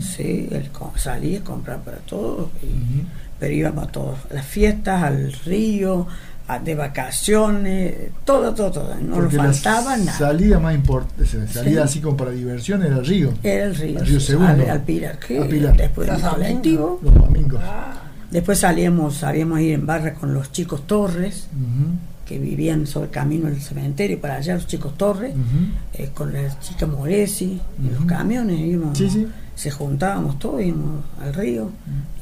Sí, él co- salía a comprar para todos. y-
Ujú.
pero íbamos a todos, a las fiestas, al río, a- de vacaciones, todo, todo, todo. No
Porque
nos
la
faltaba nada.
Salida más importante, salida
Sí.
así como para diversión era el río,
Era el río,
Al río
sí,
Segundo.
al, al Pilar, que
Al Pilar.
después del colectivo.
los domingos.
Después salíamos, salíamos a ir en barra con los chicos Torres,
Ujú,
que vivían sobre el camino del cementerio, para allá los chicos Torres,
ujú.
eh, con la chica Moresi, en los
Ujú.
camiones, íbamos,
Sí, sí.
se juntábamos todos, íbamos al río.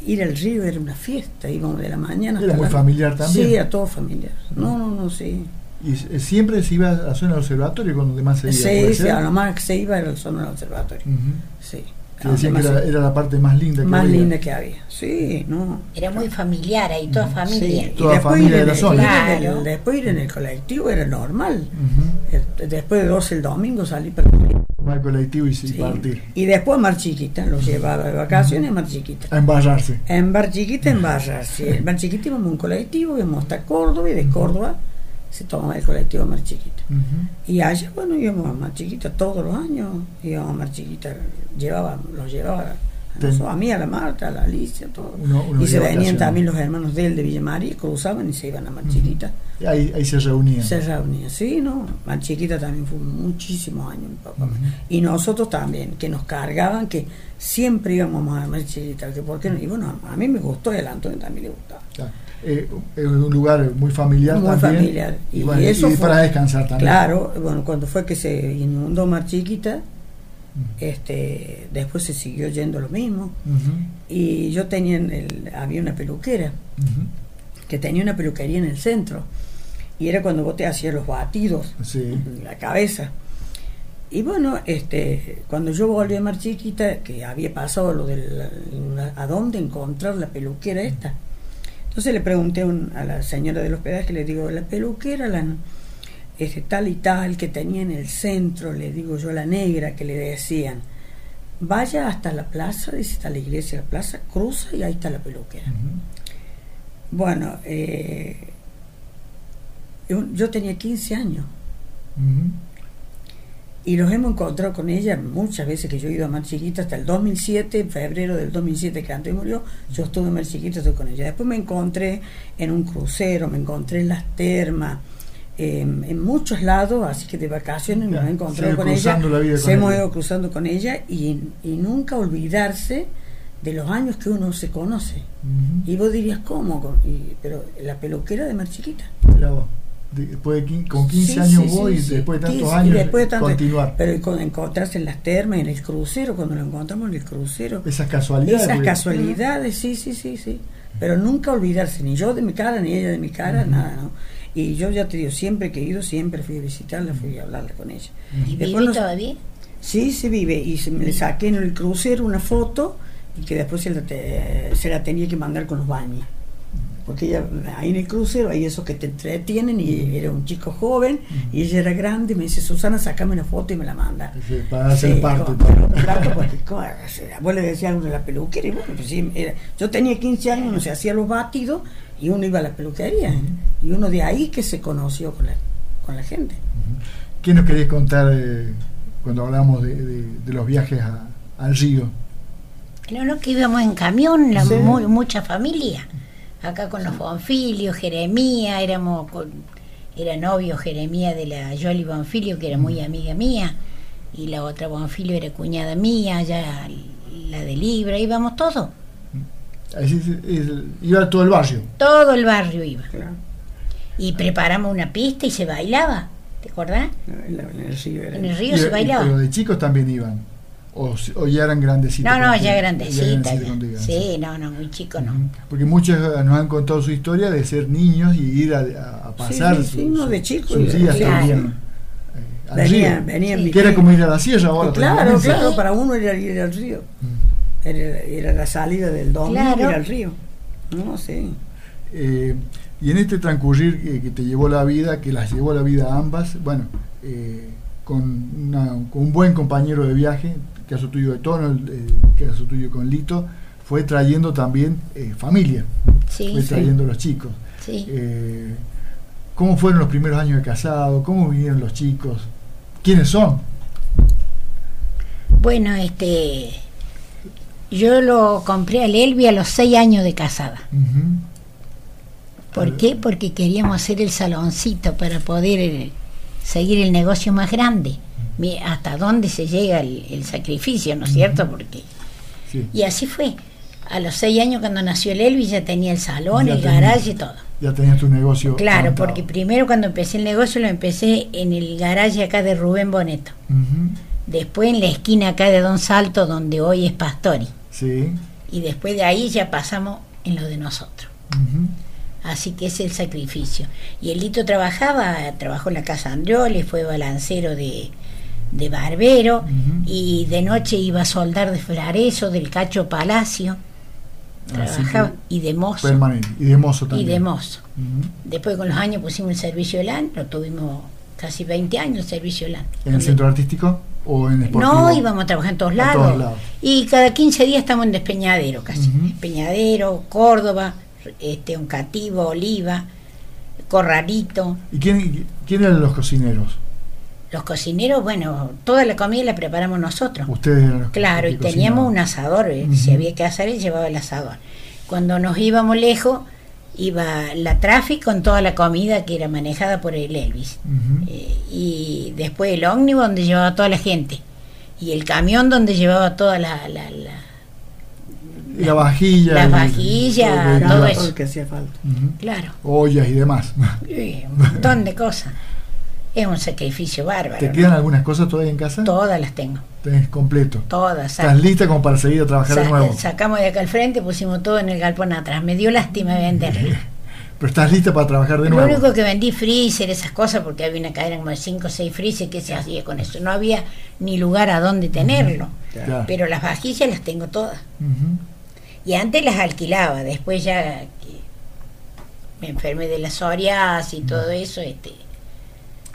Ir al río era una fiesta, íbamos de la mañana.
Mm. Era
hasta
muy
la-
familiar también.
Sí, era todo familiar. No, no, no, sí.
Y eh, siempre se iba a zona del observatorio cuando demás se iba.
Sí,
¿puede
sí,
ser?
a lo más que se iba era el zona del observatorio.
Ujú.
Sí.
Que decían que era,
Además,
era la parte más linda que
más
había.
linda que había. Sí, no.
Era muy familiar ahí, toda familia.
Sí, y
Toda
después
familia
ir en
de la
el-
zona.
ir en el-
Claro.
después ir en el colectivo era normal.
Ujú.
Eh, Después de 12 el domingo salí para
Tomar el colectivo y, y
sí.
partir.
Y después Mar Chiquita, lo llevaba de vacaciones a Mar Chiquita.
A embarrarse.
En Mar Chiquita, en Barra. sí. En Mar Chiquita íbamos a un colectivo, íbamos hasta Córdoba y de Córdoba se tomaba el colectivo a Mar Chiquita.
Ujú.
Y allá, bueno, íbamos a Mar Chiquita todos los años, íbamos a Mar Chiquita, llevaba, los llevaba a,
Ten-
nosotros, a mí, a la Marta, a la Alicia, todo.
Uno- uno
y se
de
venían
vacaciones.
también los hermanos de él de Villa María, cruzaban y se iban a Mar
Ujú.
Chiquita.
Y Ahí, ahí se reunían.
Se reunían, sí, ¿no? Mar Chiquita también fue muchísimos años, mi papá.
Ujú.
Y nosotros también, que nos cargaban, que siempre íbamos a Mar Chiquita, que por qué no. Y bueno, a, a mí me gustó y al Antonio también le gustaba.
Claro. Eh, es un lugar muy familiar
Muy
también.
familiar.
Y,
Y
bueno,
eso
y
fue-
para descansar también.
Claro, bueno, cuando fue que se inundó Mar Chiquita,
Ujú.
este, después se siguió yendo lo mismo.
Ujú,
Y yo tenía, en el, había una peluquera,
ujú.
que tenía una peluquería en el centro. Y era cuando vos te hacías los batidos,
Sí.
en la cabeza. Y bueno, este, cuando yo volví a Mar Chiquita, que había pasado lo del a dónde encontrar la peluquera esta. Entonces le pregunté a un- a la señora del hospedaje, le digo, la peluquera, la este, tal y tal que tenía en el centro, le digo yo, la negra que le decían, vaya hasta la plaza, dice, está la iglesia de la plaza, cruza y ahí está la peluquera.
Ujú.
Bueno, eh, yo yo tenía 15 años
Ujú.
y los hemos encontrado con ella muchas veces que yo he ido a Mar Chiquita hasta el 2007, en febrero del 2007 que antes murió, yo estuve en Mar Chiquita, estuve con ella. Después me encontré en un crucero, me encontré en las termas, em, en muchos lados, así que de vacaciones
Ya,
nos
se
hemos encontrado
ha ido
con ella,
cruzando la vida
se
con
hemos
ella.
ido cruzando con ella y, y nunca olvidarse de los años que uno se conoce.
Ujú.
Y vos dirías, ¿cómo? Con- y- pero la peluquera de Mar Chiquita.
Mirá vos. De- Después de quin- con 15
Sí,
años
sí,
voy
sí,
y después de tantos
15, y
años
después de tanto-
continuar.
Pero y con encontrarse en las termas, en el crucero, cuando lo encontramos en el crucero.
Esas casualidades.
Esas
porque-
casualidades, sí, sí, sí, sí. Pero nunca olvidarse, ni yo de mi cara, ni ella de mi cara, nada, ¿no? Y yo ya te digo, siempre que he ido, siempre fui a visitarla, fui a hablarla con ella.
¿Y
Después
vive
nos-
todavía?
Sí, sí vive. Y se- me le saqué en el crucero una foto y que después se la, te- se la tenía que mandar con los baños. Porque ella, ahí en el crucero hay esos que te entretienen y era un chico joven y ella era grande y me dice, Susana, sacame una foto y me la manda.
Sí, para hacer
Sí,
parte. pues.
con-
para-
con- claro, porque, co- se- vos le decías a uno la peluquera y bueno, pues sí, era- yo tenía 15 años, no se hacía los batidos y uno iba a la peluquería. Y uno de ahí que se conoció con la, con la gente.
¿Qué nos querés contar eh, cuando hablamos de, de- de los viajes a- al río?
No, no, que íbamos en camión, la
Sí.
mu- mucha familia. Acá con los Bonfilio, Jeremía, éramos con- era novio Jeremía de la Yoli Bonfilio, que era muy amiga mía, y la otra Bonfilio era cuñada mía, ya la de Libra, íbamos todos.
Así es, es- iba todo el barrio.
Todo el barrio iba.
claro,
Y preparamos una pista y se bailaba. ¿Te acordás?
en, la- en el río. era-
En Eh, el
Y-
río se
y-
bailaba.
Pero de chicos también iban. O, si- o ya eran grandecitos.
No, no,
cuando-
ya grandecita.
grandecitos
ya.
cuando iban,
Sí, no, no, muy chico no.
Ujú. Porque muchos eh, nos han contado su historia de ser niños y ir a, a pasar
sí,
su-
sí, no,
su-
de chico,
sus
de-
días
claro.
también eh, al
Venía,
río.
venía en
Sí.
Que era
bikini.
como ir a la sierra ahora.
Claro,
prácticamente.
claro, para uno era ir al río. Era, era la salida del domingo
Claro.
ir al río. No sé.
Eh, y en este transcurrir que, que te llevó la vida, que las llevó la vida a ambas, bueno, eh, con, una- con un buen compañero de viaje, caso tuyo de Tono, el, eh, caso tuyo con Lito, fue trayendo también eh, familia, fue
Sí,
trayendo los chicos.
sí.
Eh, ¿Cómo fueron los primeros años de casado? ¿Cómo vivieron los chicos? ¿Quiénes son?
Bueno, este. Yo lo compré al Elvi a los seis años de casada.
Ujú, Ah.
¿Por qué? Porque queríamos hacer el saloncito para poder eh, seguir el negocio más grande.
Mm.
Mi- Hasta dónde se llega el, el sacrificio, ¿no es cierto? Porque
sí.
y así fue. A los seis años cuando nació el Elvis ya tenía el salón,
Ya
el
tenía. Ah,
garage y todo.
Ya tenías tu negocio.
Claro,
montado.
porque primero cuando empecé el negocio lo empecé en el garage acá de Rubén Boneto.
Ujú,
Después en la esquina acá de Don Salto, donde hoy es Pastori.
Sí.
Y después de ahí ya pasamos en lo de nosotros.
ujú,
Así que es el sacrificio. Y el Lito trabajaba, trabajó en la casa Andrioli, fue balancero de, de Barbero
Ujú.
y de noche iba a soldar de Frareso, del Cacho Palacio.
Ah, Así
Trabajaba
que
y de mozo.
Permanente. Y de mozo
Y
también.
de mozo.
Ujú.
Después con los años pusimos el servicio LAN, lo tuvimos casi 20 años el servicio LAN.
¿En el centro artístico o en esportivo?
No, íbamos a trabajar en todos
A
lados.
todos lados.
Y cada 15 días estamos en Despeñadero casi.
Ujú.
Despeñadero, Córdoba, este, Oncativo, Oliva, Corralito.
¿Y quién, quién eran los cocineros?
Los cocineros, bueno, toda la comida la preparamos nosotros.
Ustedes eran los
Claro,
que
y teníamos un
cocinaban.
asador, eh,
Ujú.
si había que asar, él llevaba el asador. Cuando nos íbamos lejos, iba la tráfico con toda la comida que era manejada por el Elvis.
Ujú.
Eh, y después el ómnibus donde llevaba toda la gente. Y el camión donde llevaba toda la... la, la-
Y la vajilla.
las
el-
vajillas,
el- el-
todo
la-
eso.
Porque hacía falta.
Ujú.
claro,
Ollas y demás.
eh, un montón de cosas. Es un sacrificio bárbaro.
¿Te
¿no?
quedan algunas cosas todavía en casa?
Todas las tengo,
Tenés completo.
todas. sac-
Estás lista como para seguir a trabajar de
sac-
nuevo.
sacamos de acá al frente, pusimos todo en el galpón atrás. Me dio lástima vender.
Pero estás lista para trabajar de
Lo
nuevo.
único que vendí freezer, esas cosas, porque había una cadena como de 5 o 6 freezer, ¿qué se hacía con eso? No había ni lugar a donde tenerlo.
Claro.
Pero las vajillas las tengo todas.
Ujú.
Y antes las alquilaba, después ya que me enfermé de la psoriasis y todo eso, este,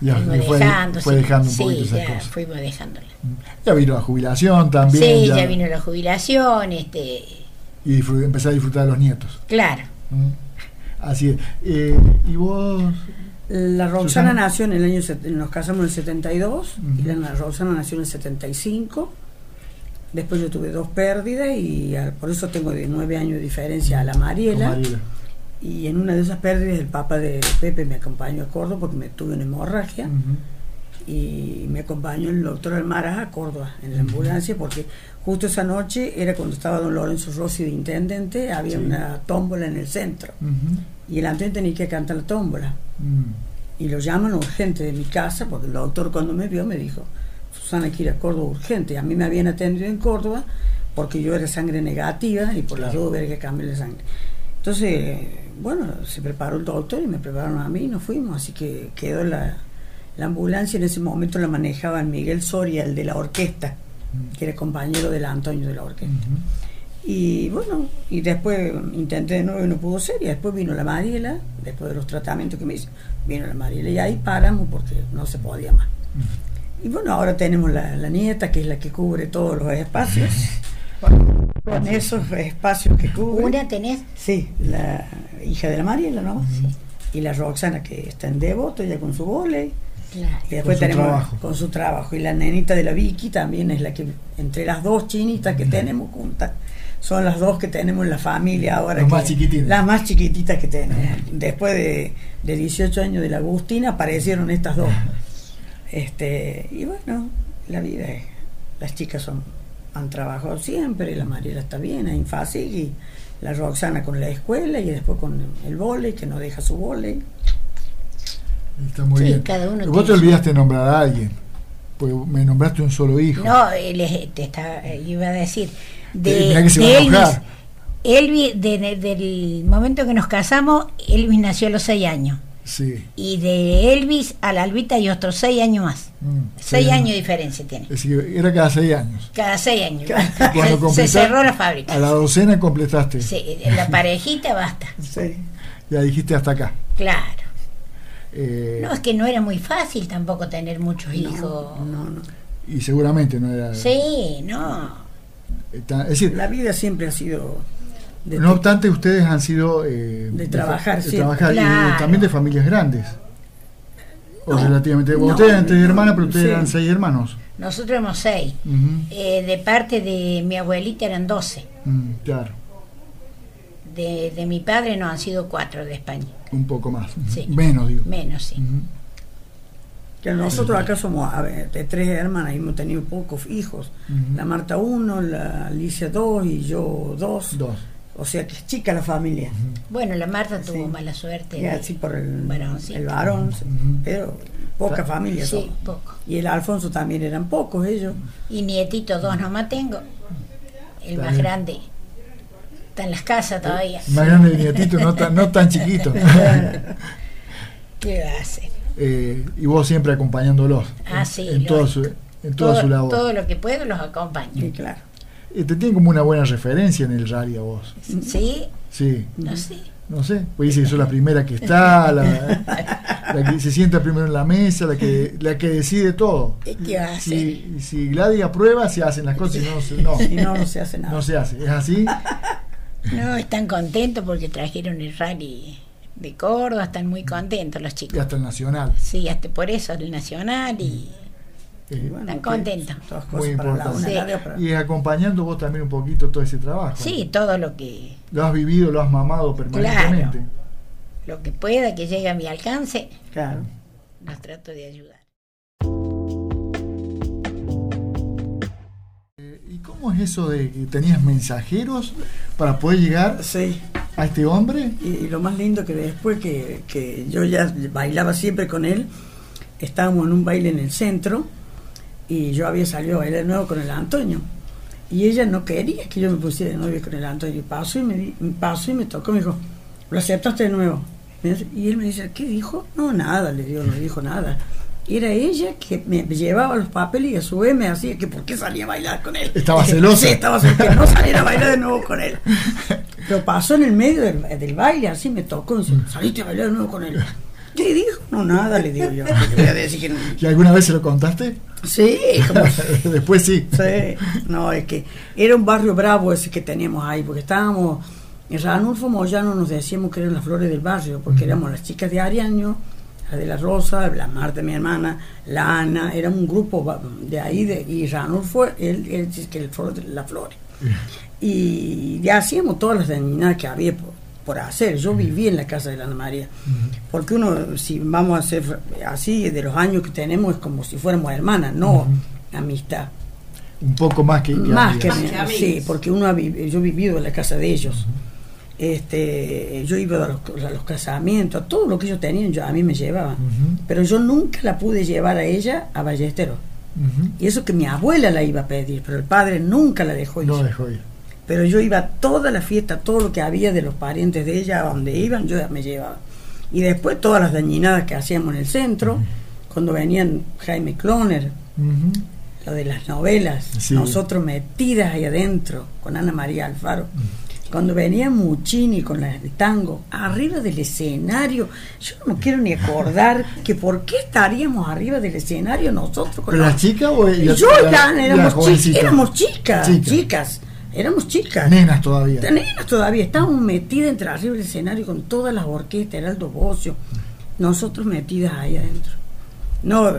Ya
fuimos
fue,
dejando.
fue
sí.
dejando un
Sí,
poquito esas
ya
cosas.
fuimos dejándola.
Ya vino la jubilación también.
sí, ya. vino la jubilación, este,
Y disfr- empezar a disfrutar de los nietos.
claro.
Mm. Así es. Eh, ¿Y vos?
La Roxana
Susana.
nació en el año. set- Nos casamos en el 72 y
Ujú.
la na- Roxana nació en el 75. Después yo tuve dos pérdidas y al- por eso tengo de nueve años de diferencia a la Mariela.
con Mariela.
Y en una de esas pérdidas el papá de Pepe me acompañó a Córdoba porque me tuve una hemorragia.
Ujú.
y me acompañó el doctor Almaraz a Córdoba en la ambulancia porque justo esa noche era cuando estaba don Lorenzo Rossi de intendente, había
Sí.
una tómbola en el centro
Ujú.
y el Antonio tenía que cantar la tómbola
Mm.
y lo llaman urgente de mi casa porque el doctor cuando me vio me dijo Susana quiere a Córdoba urgente, a mí me habían atendido en Córdoba porque yo era sangre negativa y por la
Claro.
duda hubiera que cambiar la sangre. Entonces, bueno, se preparó el doctor y me prepararon a mí y nos fuimos, así que quedó la, la ambulancia, en ese momento la manejaban Miguel Soria, el de la orquesta, que era compañero del Antonio de la orquesta.
Ujú.
Y bueno, y después intenté de nuevo y no pudo ser, y después vino la Mariela, después de los tratamientos que me hizo, vino la Mariela y ahí paramos porque no se podía más. Y bueno, ahora tenemos la, la nieta, que es la que cubre todos los espacios, con esos espacios que cubre.
Una tenés,
Sí, la hija de la Mariela,
Oh,
¿no? Y la Roxana, que está en Devoto, ya con su volei.
claro.
Y después
su
tenemos
trabajo.
con su trabajo. Y la nenita de la Vicky también es la que, entre las dos chinitas que tenemos juntas, son las dos que tenemos en la familia ahora.
Las
que-
más chiquitinas.
Las más chiquititas que tenemos. Después de, de 18 años de la Agustina aparecieron estas dos. Este, y bueno, la vida es- Las chicas son, han trabajado siempre, la Mariela está bien, es infácil y la Roxana con la escuela y después con el volei, que no deja su volei.
Está muy
Sí,
bien.
cada
Vos
uno tiene
te
su-
olvidaste de nombrar a alguien. Pues me nombraste un solo hijo.
No, él es- te estaba- eh, iba a decir. De,
Eh, mirá que se
de
va a
Elvis.
enojar.
Elvis, de- de- del momento que nos casamos, Elvis nació a los seis años.
Sí.
Y de Elvis a la Albita y otros seis años más.
Mm,
Seis
sí.
años de diferencia tiene.
Es decir, era cada seis años.
Cada seis años.
Cuando
Ah, se, se
completás-
cerró la
A
fábrica.
la docena completaste.
Sí, la parejita basta.
Sí.
Ya dijiste hasta acá.
Claro.
Eh,
No, es que no era muy fácil tampoco tener muchos hijos.
No, no.
Y seguramente no era.
Sí, no.
eh, tan- es decir,
La vida siempre ha sido de
no obstante, ustedes han sido. eh,
De trabajar
de
siempre.
trabajar y de-
Claro.
también de familias grandes. O
No,
relativamente.
no,
ustedes eran tres
no,
hermanas, pero ustedes
sí.
eran seis hermanos.
Nosotros éramos seis.
Ujú,
Eh, de parte de mi abuelita eran doce.
mm, claro,
De, de mi padre no han sido cuatro de España.
un poco más. ujú,
Sí.
Menos, digo.
Menos, sí.
Ujú.
que nosotros acá somos a ver, de tres hermanas y hemos tenido pocos hijos.
Ujú.
La Marta uno, la Alicia dos y yo dos.
Dos.
O sea que es chica la familia.
Bueno, la Marta tuvo
Sí.
mala suerte.
Y
de-
así por el,
Varoncito.
el varón, sí.
Ujú.
pero poca familia
Sí,
somos.
poco.
Y el Alfonso también eran pocos ellos.
Y nietito dos nomás tengo.
Mm.
El
Está
más
bien.
grande. Está en las casas todavía.
Más grande el nietito, no tan, no tan chiquito.
¿Qué va a hacer?
Eh, y vos siempre acompañándolos.
Ah,
en-
sí,
En, toda
lógico.
su, en toda
todo,
su labor.
todo lo que puedo los acompaño.
Y claro.
Eh, te tienen como una buena referencia en el rally a vos.
¿Sí?
Sí,
No sé.
no sé. Pues dice que sos la primera que está, la, la que se sienta primero en la mesa, la que, la que decide todo.
¿Qué va a hacer?
Si, si Gladys aprueba, se hacen las cosas y no, se- no,
Y no, no se hace nada.
no se hace. ¿Es así?
No, están contentos porque trajeron el rally de Córdoba, están muy contentos los
Y
chicos.
hasta el nacional.
Sí, hasta por eso el Nacional y
Eh,
Están
que
contentos.
son Todas
Muy
cosas para la
importante.
una
Sí.
larga, pero-
y acompañando vos también un poquito todo ese trabajo.
sí, todo lo que
Lo has vivido, lo has mamado permanentemente.
lo que pueda que llegue a mi alcance,
Claro.
los trato de ayudar.
¿Y cómo es eso de que tenías mensajeros para poder llegar
Sí.
a este hombre?
Y, y lo más lindo que después que, que yo ya bailaba siempre con él, estábamos en un baile en el centro y yo había salido a bailar de nuevo con el Antonio. Y ella no quería que yo me pusiera de novio con el Antonio. Y paso y me, di- paso y me tocó, me dijo, ¿lo aceptaste de nuevo? Me dice- Y él me dice, ¿qué dijo? No, nada, le digo, no dijo nada. Y era ella que me llevaba los papeles y a su vez me hacía que por qué salía a bailar con él.
Estaba celosa.
Sí, estaba celosa, que no saliera a bailar de nuevo con él. Pero pasó en el medio del, del baile, así me tocó. y dice, Saliste a bailar de nuevo con él. ¿Qué dijo? No, nada, le digo yo. ¿qué te voy a decir que no?
¿Y alguna vez se lo contaste?
Sí, como-
Después sí.
sí. No, es que era un barrio bravo ese que teníamos ahí, porque estábamos. En Ranulfo Moyano nos decíamos que eran las flores del barrio, porque éramos las chicas de Ariaño, la de la Rosa, la Marta, mi hermana, la Ana, era un grupo va- de ahí, de, y Ranulfo, él, él dice que el flor, las flores. Y ya hacíamos todas las dañinas que había por, por hacer. Yo viví en la casa de la Ana María. Porque uno, si vamos a hacer así, de los años que tenemos, es como si fuéramos hermanas, no amistad.
Un poco más que, que
Más
amigas.
que,
Más que
amigos,
amigos.
sí, porque uno ha vi- yo he vivido en la casa de ellos. Este, yo iba a los, a los casamientos, a todo lo que ellos tenían, yo, a mí me llevaban.
Ujú.
Pero yo nunca la pude llevar a ella a Ballesteros.
Ujú.
Y eso que mi abuela la iba a pedir, pero el padre nunca la dejó ir.
No dejó ir.
Pero yo iba a toda la fiesta, todo lo que había de los parientes de ella, a donde iban, yo ya me llevaba. Y después todas las dañinadas que hacíamos en el centro, cuando venían Jaime Cloner,
Ujú.
lo de las novelas,
Sí.
nosotros metidas ahí adentro con Ana María Alfaro. Cuando venía Muccini con la- el tango, arriba del escenario, yo no me quiero ni acordar que por qué estaríamos arriba del escenario nosotros con
¿Pero
la-
las chicas o
Y
y la-
yo
la-
ya
la
éramos, chi-
jovencita?
éramos chicas,
Chicas.
chicas, éramos chicas.
Nenas todavía.
Nenas todavía, estábamos metidas entre arriba del escenario con todas las orquestas, Heraldo Bocio, nosotros metidas ahí adentro. No,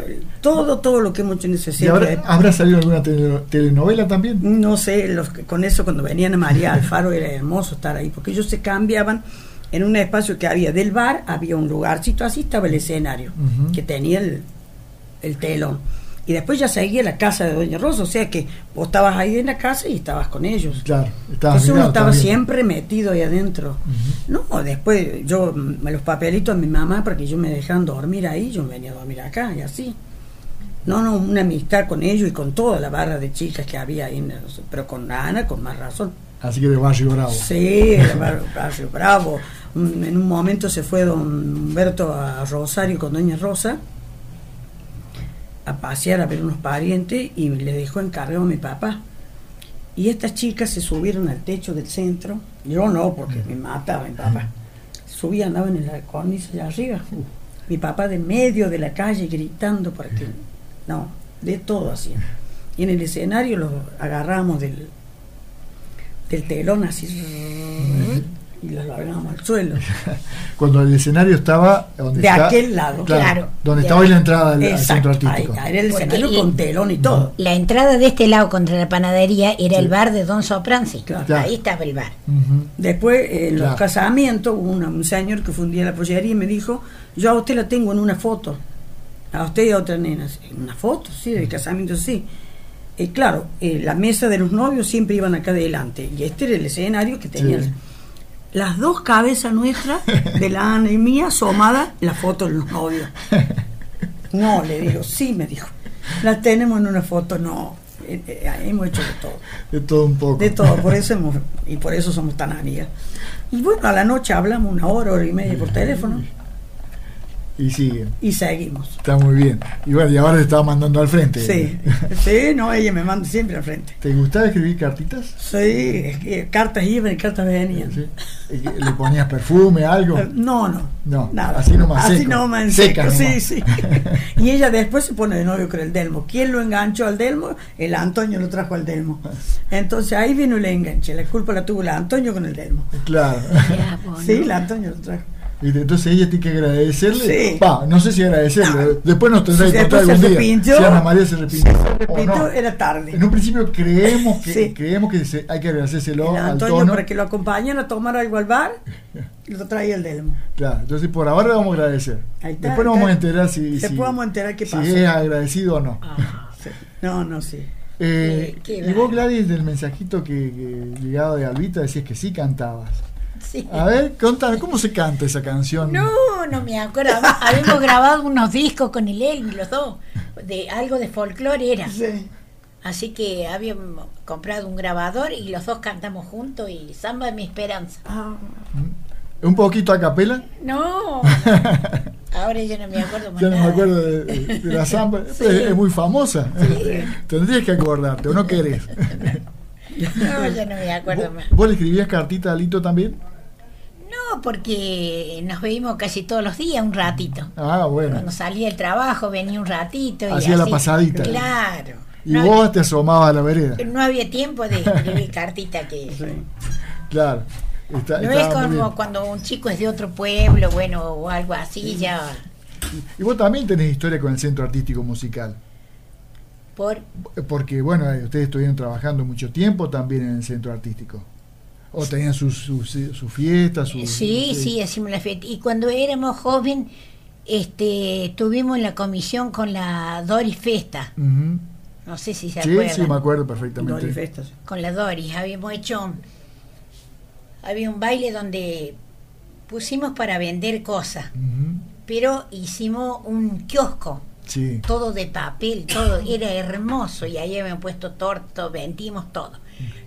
todo, todo lo que hemos hecho en ese
¿Y
centro
habrá,
de-
habrá salido alguna tele- telenovela también?
no sé, los, que- con eso cuando venían a María Alfaro era hermoso estar ahí, porque ellos se cambiaban en un espacio que había del bar, había un lugarcito así, estaba el escenario,
Ujú.
que tenía el, el telón. Y después ya seguía la casa de Doña Rosa, o sea que vos estabas ahí en la casa y estabas con ellos.
Claro, estabas
Entonces Pues uno
mirado
estaba
también.
siempre metido ahí adentro. No, después yo mm, los papelitos a mi mamá para que yo me dejaran dormir ahí, yo me venía a dormir acá y así. No, no, una amistad con ellos y con toda la barra de chicas que había ahí, no sé, pero con Ana con más razón.
Así que de Barrio Bravo.
Sí, era bar- barrio bravo. Un- En un momento se fue don Humberto a Rosario con doña Rosa a pasear a ver unos parientes y le dejó encargado a mi papá. Y estas chicas se subieron al techo del centro. Yo no, porque me mataba mi papá. Subía, andaban en la cornisa allá arriba. Mi papá de medio de la calle gritando para que... No, de todo hacía. Y en el escenario los agarramos del, del telón así y los largamos al suelo.
Cuando el escenario estaba. Donde
De
está-
aquel lado.
Claro.
Donde
De
estaba hoy
aquel-
la entrada al, al centro
Exacto, ahí,
artístico.
ahí era el
Porque
escenario
y-
con telón y todo.
La entrada de este lado contra la panadería era el bar de Don Sopranzi.
Claro.
Claro.
Ahí estaba el bar.
Ujú.
Después, eh, en los
Claro.
casamientos, hubo una- un señor que fundía la pollería y me dijo, yo a usted la tengo en una foto, a usted y a otra nena. Así, ¿En una foto? Sí, del casamiento, sí. Eh, claro, eh, la mesa de los novios siempre iban acá adelante y este era el escenario que tenía.
Sí.
Las dos cabezas nuestras, de la Ana y mía, asomada, la foto de los novios. No, le digo, sí, me dijo. La tenemos en una foto, no. Eh, eh, hemos hecho de todo.
De todo un poco.
De todo, por eso hemos- y por eso somos tan amigas. Y bueno, a la noche hablamos una hora, hora y media por teléfono
Y sigue.
y seguimos.
Está muy bien. Y bueno, y ahora te estaba mandando al frente.
Sí, sí, no, ella me manda siempre al frente.
¿Te gustaba escribir cartitas?
Sí, es que cartas iban y cartas venían.
Sí. ¿Le ponías perfume, algo?
Eh, No, no,
No,
nada.
así nomás
Así
seco.
nomás en
Seca
seco, sí,
nomás.
sí. Y ella después se pone de novio con el Delmo. ¿Quién lo enganchó al Delmo? El Antonio lo trajo al Delmo.
Ah.
Entonces ahí vino el enganche. La culpa la tuvo el Antonio con el Delmo.
Claro.
Mirá vos,
Sí,
¿no?
el Antonio lo trajo.
Y de- Entonces ella tiene que agradecerle.
Sí.
Va, no sé si agradecerle. Después nos tendrá
Si
que
después
contar
se
algún día.
arrepintió,
si Ana María se arrepintió. o
Repito,
no.
era tarde.
En un principio creemos que
Sí.
creemos que se- hay que agradecérselo
El
al
Antonio
tono.
para que lo acompañen a tomar algo al bar, lo traía el Delmo.
Claro, entonces por ahora le vamos a agradecer.
Ahí está,
Después nos
ahí
vamos a
está.
enterar si,
Después
si-
vamos a enterar qué
si
pasó. Ah,
es agradecido o no.
Ah.
Sí. No, no, sí.
Eh,
Qué- qué
y vos,
bárbaro.
Gladys, del mensajito que, que llegaba de Albita, decías que sí cantabas.
Sí.
A ver, contame, ¿cómo se canta esa canción?
No, no me acuerdo. Hab- Habíamos grabado unos discos con el Elmi, los dos, de algo de folclore era.
Sí.
Así que habíamos comprado un grabador y los dos cantamos juntos y Samba de mi esperanza.
Ah,
¿Un poquito a capela?
No, ahora yo no me acuerdo más.
Ya no me
nada.
acuerdo de, de- de la samba.
Sí.
Es, es muy famosa.
Sí.
Tendrías que acordarte, o no querés.
No, yo no me acuerdo
¿Vos,
más.
vos le escribías cartita a Lito también?
No, porque nos veíamos casi todos los días un ratito.
Ah, bueno.
Cuando salía del trabajo venía un ratito. y
Hacía la
así.
pasadita.
Claro.
Y
no,
vos te asomabas a la vereda.
había, no había tiempo de escribir cartita que...
sí.
Claro. Está-
No es
estaba muy
como
bien.
cuando un chico es de otro pueblo, bueno, o algo así, ya.
Y vos también tenés historia con el Centro Artístico Musical.
Por,
Porque, bueno, eh, ustedes estuvieron trabajando mucho tiempo también en el Centro Artístico. O tenían sus sus eh, sus fiestas. sus- este,
sí,
sus-
sí, hacemos la fiesta. Y cuando éramos joven, este, tuvimos la comisión con la Doris Festa.
Ujú.
No sé si se
Sí,
acuerdan.
sí, me acuerdo
Doris
perfectamente.
Festas.
con la Doris. Habíamos hecho. un- Había un baile donde pusimos para vender cosas,
Ujú.
pero hicimos un kiosco.
Sí.
todo de papel, todo era hermoso y ahí habían puesto torto, vendimos todo.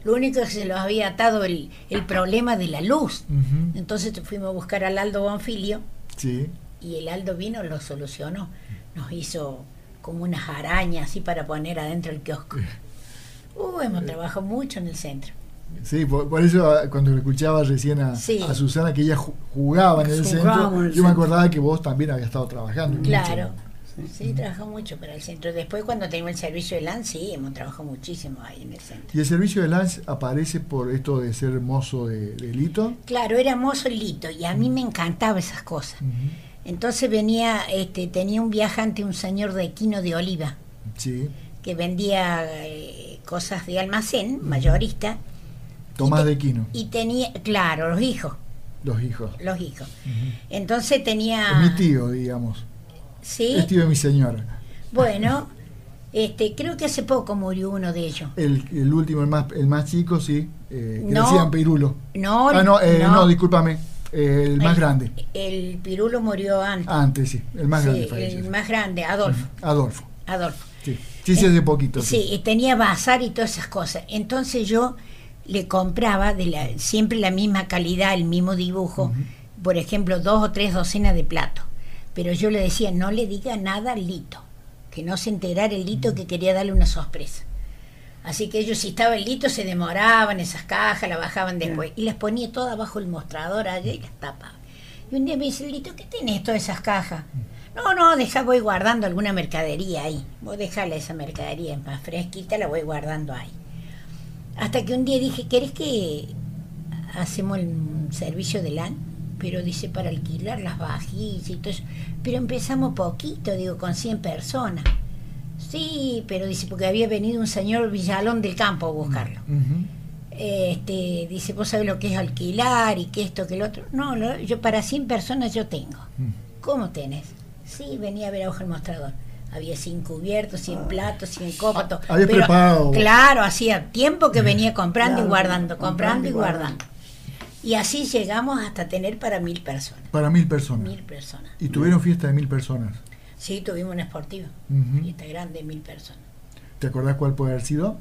Lo único que se los había atado el, el problema de la luz.
Ujú.
Entonces te fuimos a buscar al Aldo Bonfilio
Sí.
y el Aldo vino, lo solucionó, nos hizo como unas arañas así para poner adentro el kiosco. Uh, hemos trabajado mucho en el centro.
Sí, por, por eso ah, cuando escuchaba recién a,
Sí.
a Susana que ella ju- jugaba en el
Jugaba
centro,
en el
yo me
centro.
acordaba que vos también habías estado trabajando. mucho.
Claro. Sí, trabajó mucho para el centro. Después cuando teníamos el servicio de LAN, sí, hemos trabajado muchísimo ahí en el centro.
Y el servicio de Lance aparece por esto de ser mozo de, de Lito.
Claro, era mozo Lito y a mí me encantaba esas cosas. Entonces venía, este, tenía un viajante, un señor de Quino de Oliva,
Sí.
que vendía eh, cosas de almacén, mayorista,
Tomás
Y te-
de Quino,
y tenía, claro, los hijos,
los hijos.
los hijos. Entonces tenía...
Es mi tío, digamos.
Sí,
Es tío de mi señora.
bueno, Este, creo que hace poco murió uno de ellos.
El, el último, el más, el más chico, sí, eh, que
No.
decían Pirulo.
No,
ah, no, eh,
no.
no. discúlpame, eh, el más grande.
El Pirulo murió antes.
Antes, sí, el más
Sí,
grande falleció,
el
sí.
más grande, Adolfo.
Adolfo,
Adolfo.
sí. Sí, sí, hace poquito.
Sí, y tenía bazar y todas esas cosas. Entonces yo le compraba de la, siempre la misma calidad, el mismo dibujo, por ejemplo, dos o tres docenas de platos. Pero yo le decía, no le diga nada al Lito, que no se enterara el Lito que quería darle una sorpresa. Así que ellos, si estaba el Lito, se demoraban esas cajas, la bajaban después. Y las ponía todas bajo el mostrador allá y las tapaba. Y un día me dice el Lito, ¿qué tenés todas esas cajas? No, no, deja, voy guardando alguna mercadería ahí. Vos dejala esa mercadería es más fresquita, la voy guardando ahí. Hasta que un día dije, ¿querés que hacemos el servicio de LAN? Pero dice, para alquilar las vajillas y todo eso. Pero empezamos poquito, digo, con 100 personas. Sí, pero dice, porque había venido un señor Villalón del campo a buscarlo.
Ujú.
Este, dice, vos sabés lo que es alquilar y que esto, que el otro. No, lo- yo para 100 personas yo tengo. ¿Cómo tenés? Sí, venía a ver a hoja el mostrador. Había 100 cubiertos, 100 platos, 100 copas. todo.
habías Ah. preparado.
Claro, hacía tiempo que venía comprando y
Claro,
guardando, comprando
comprando y
y guardando. Y así llegamos hasta tener para mil personas.
Para mil personas.
Mil personas.
Y tuvieron fiesta de mil personas.
Sí, tuvimos una esportiva.
Ujú.
Fiesta grande, mil personas.
¿Te acordás cuál puede haber sido?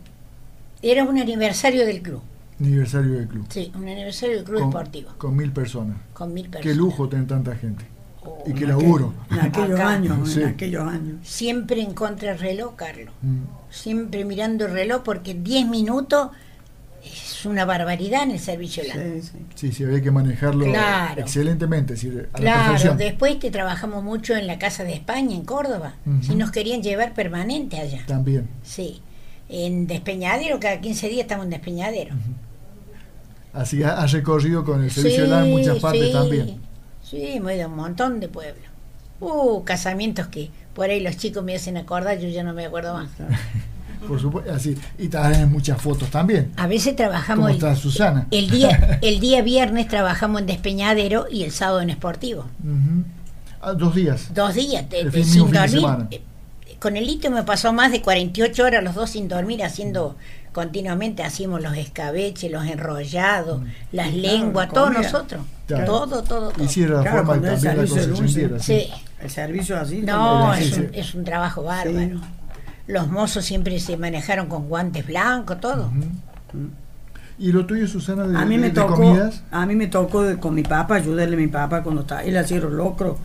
Era un aniversario del club.
Aniversario del club.
Sí, un aniversario del club esportivo.
con mil personas.
Con mil personas.
Qué lujo tener tanta gente.
Oh,
y qué
En aquel-
laburo.
En aquellos
Acá.
años,
Sí.
en aquellos años.
Siempre en contra del reloj, Carlos.
Mm.
Siempre mirando el reloj porque 10 minutos es una barbaridad en el servicio LAN.
Sí, sí.
Sí, sí, había que manejarlo
Claro.
excelentemente, es decir, a la
Claro,
perfección.
después te trabajamos mucho en la Casa de España, en Córdoba.
Ujú.
Si nos querían llevar permanente allá.
También.
Sí. En Despeñadero, cada 15 días estamos en Despeñadero.
Así ha- has recorrido con el servicio de LAN en muchas partes
sí.
también.
Sí, hemos ido a un montón de pueblos. Uh, casamientos que por ahí los chicos me hacen acordar, yo ya no me acuerdo más.
Por supuesto, así. Y también muchas fotos también.
A veces
Como
trabajamos
está
el,
Susana.
el día el día viernes trabajamos en Despeñadero y el sábado en Esportivo.
Ujú. Ah, dos días.
Dos días de-
El
de-
fin- mismo
sin
fin de
dormir.
semana.
Eh, Con el hito me pasó más de 48 horas los dos sin dormir haciendo continuamente hacíamos los escabeches, los
Mm.
enrollados, las
Claro,
lenguas,
la
todos
comida.
nosotros.
Claro.
Todo, todo, todo.
Y sí, era la
Claro,
forma de
cuando es
cambiar la
servicio
cosa
de
se
luz,
hundiera, sí.
Sí.
El servicio así.
No,
Sí,
también.
es
sí.
un, es un trabajo bárbaro.
Sí.
Los mozos siempre se manejaron con guantes blancos, todo.
¿Y lo tuyo, Susana, de,
Mm. A mí
de-
me
de
tocó,
comidas?
a mí me tocó de- con mi papá, ayudarle a mi papá cuando estaba, él hacía los locros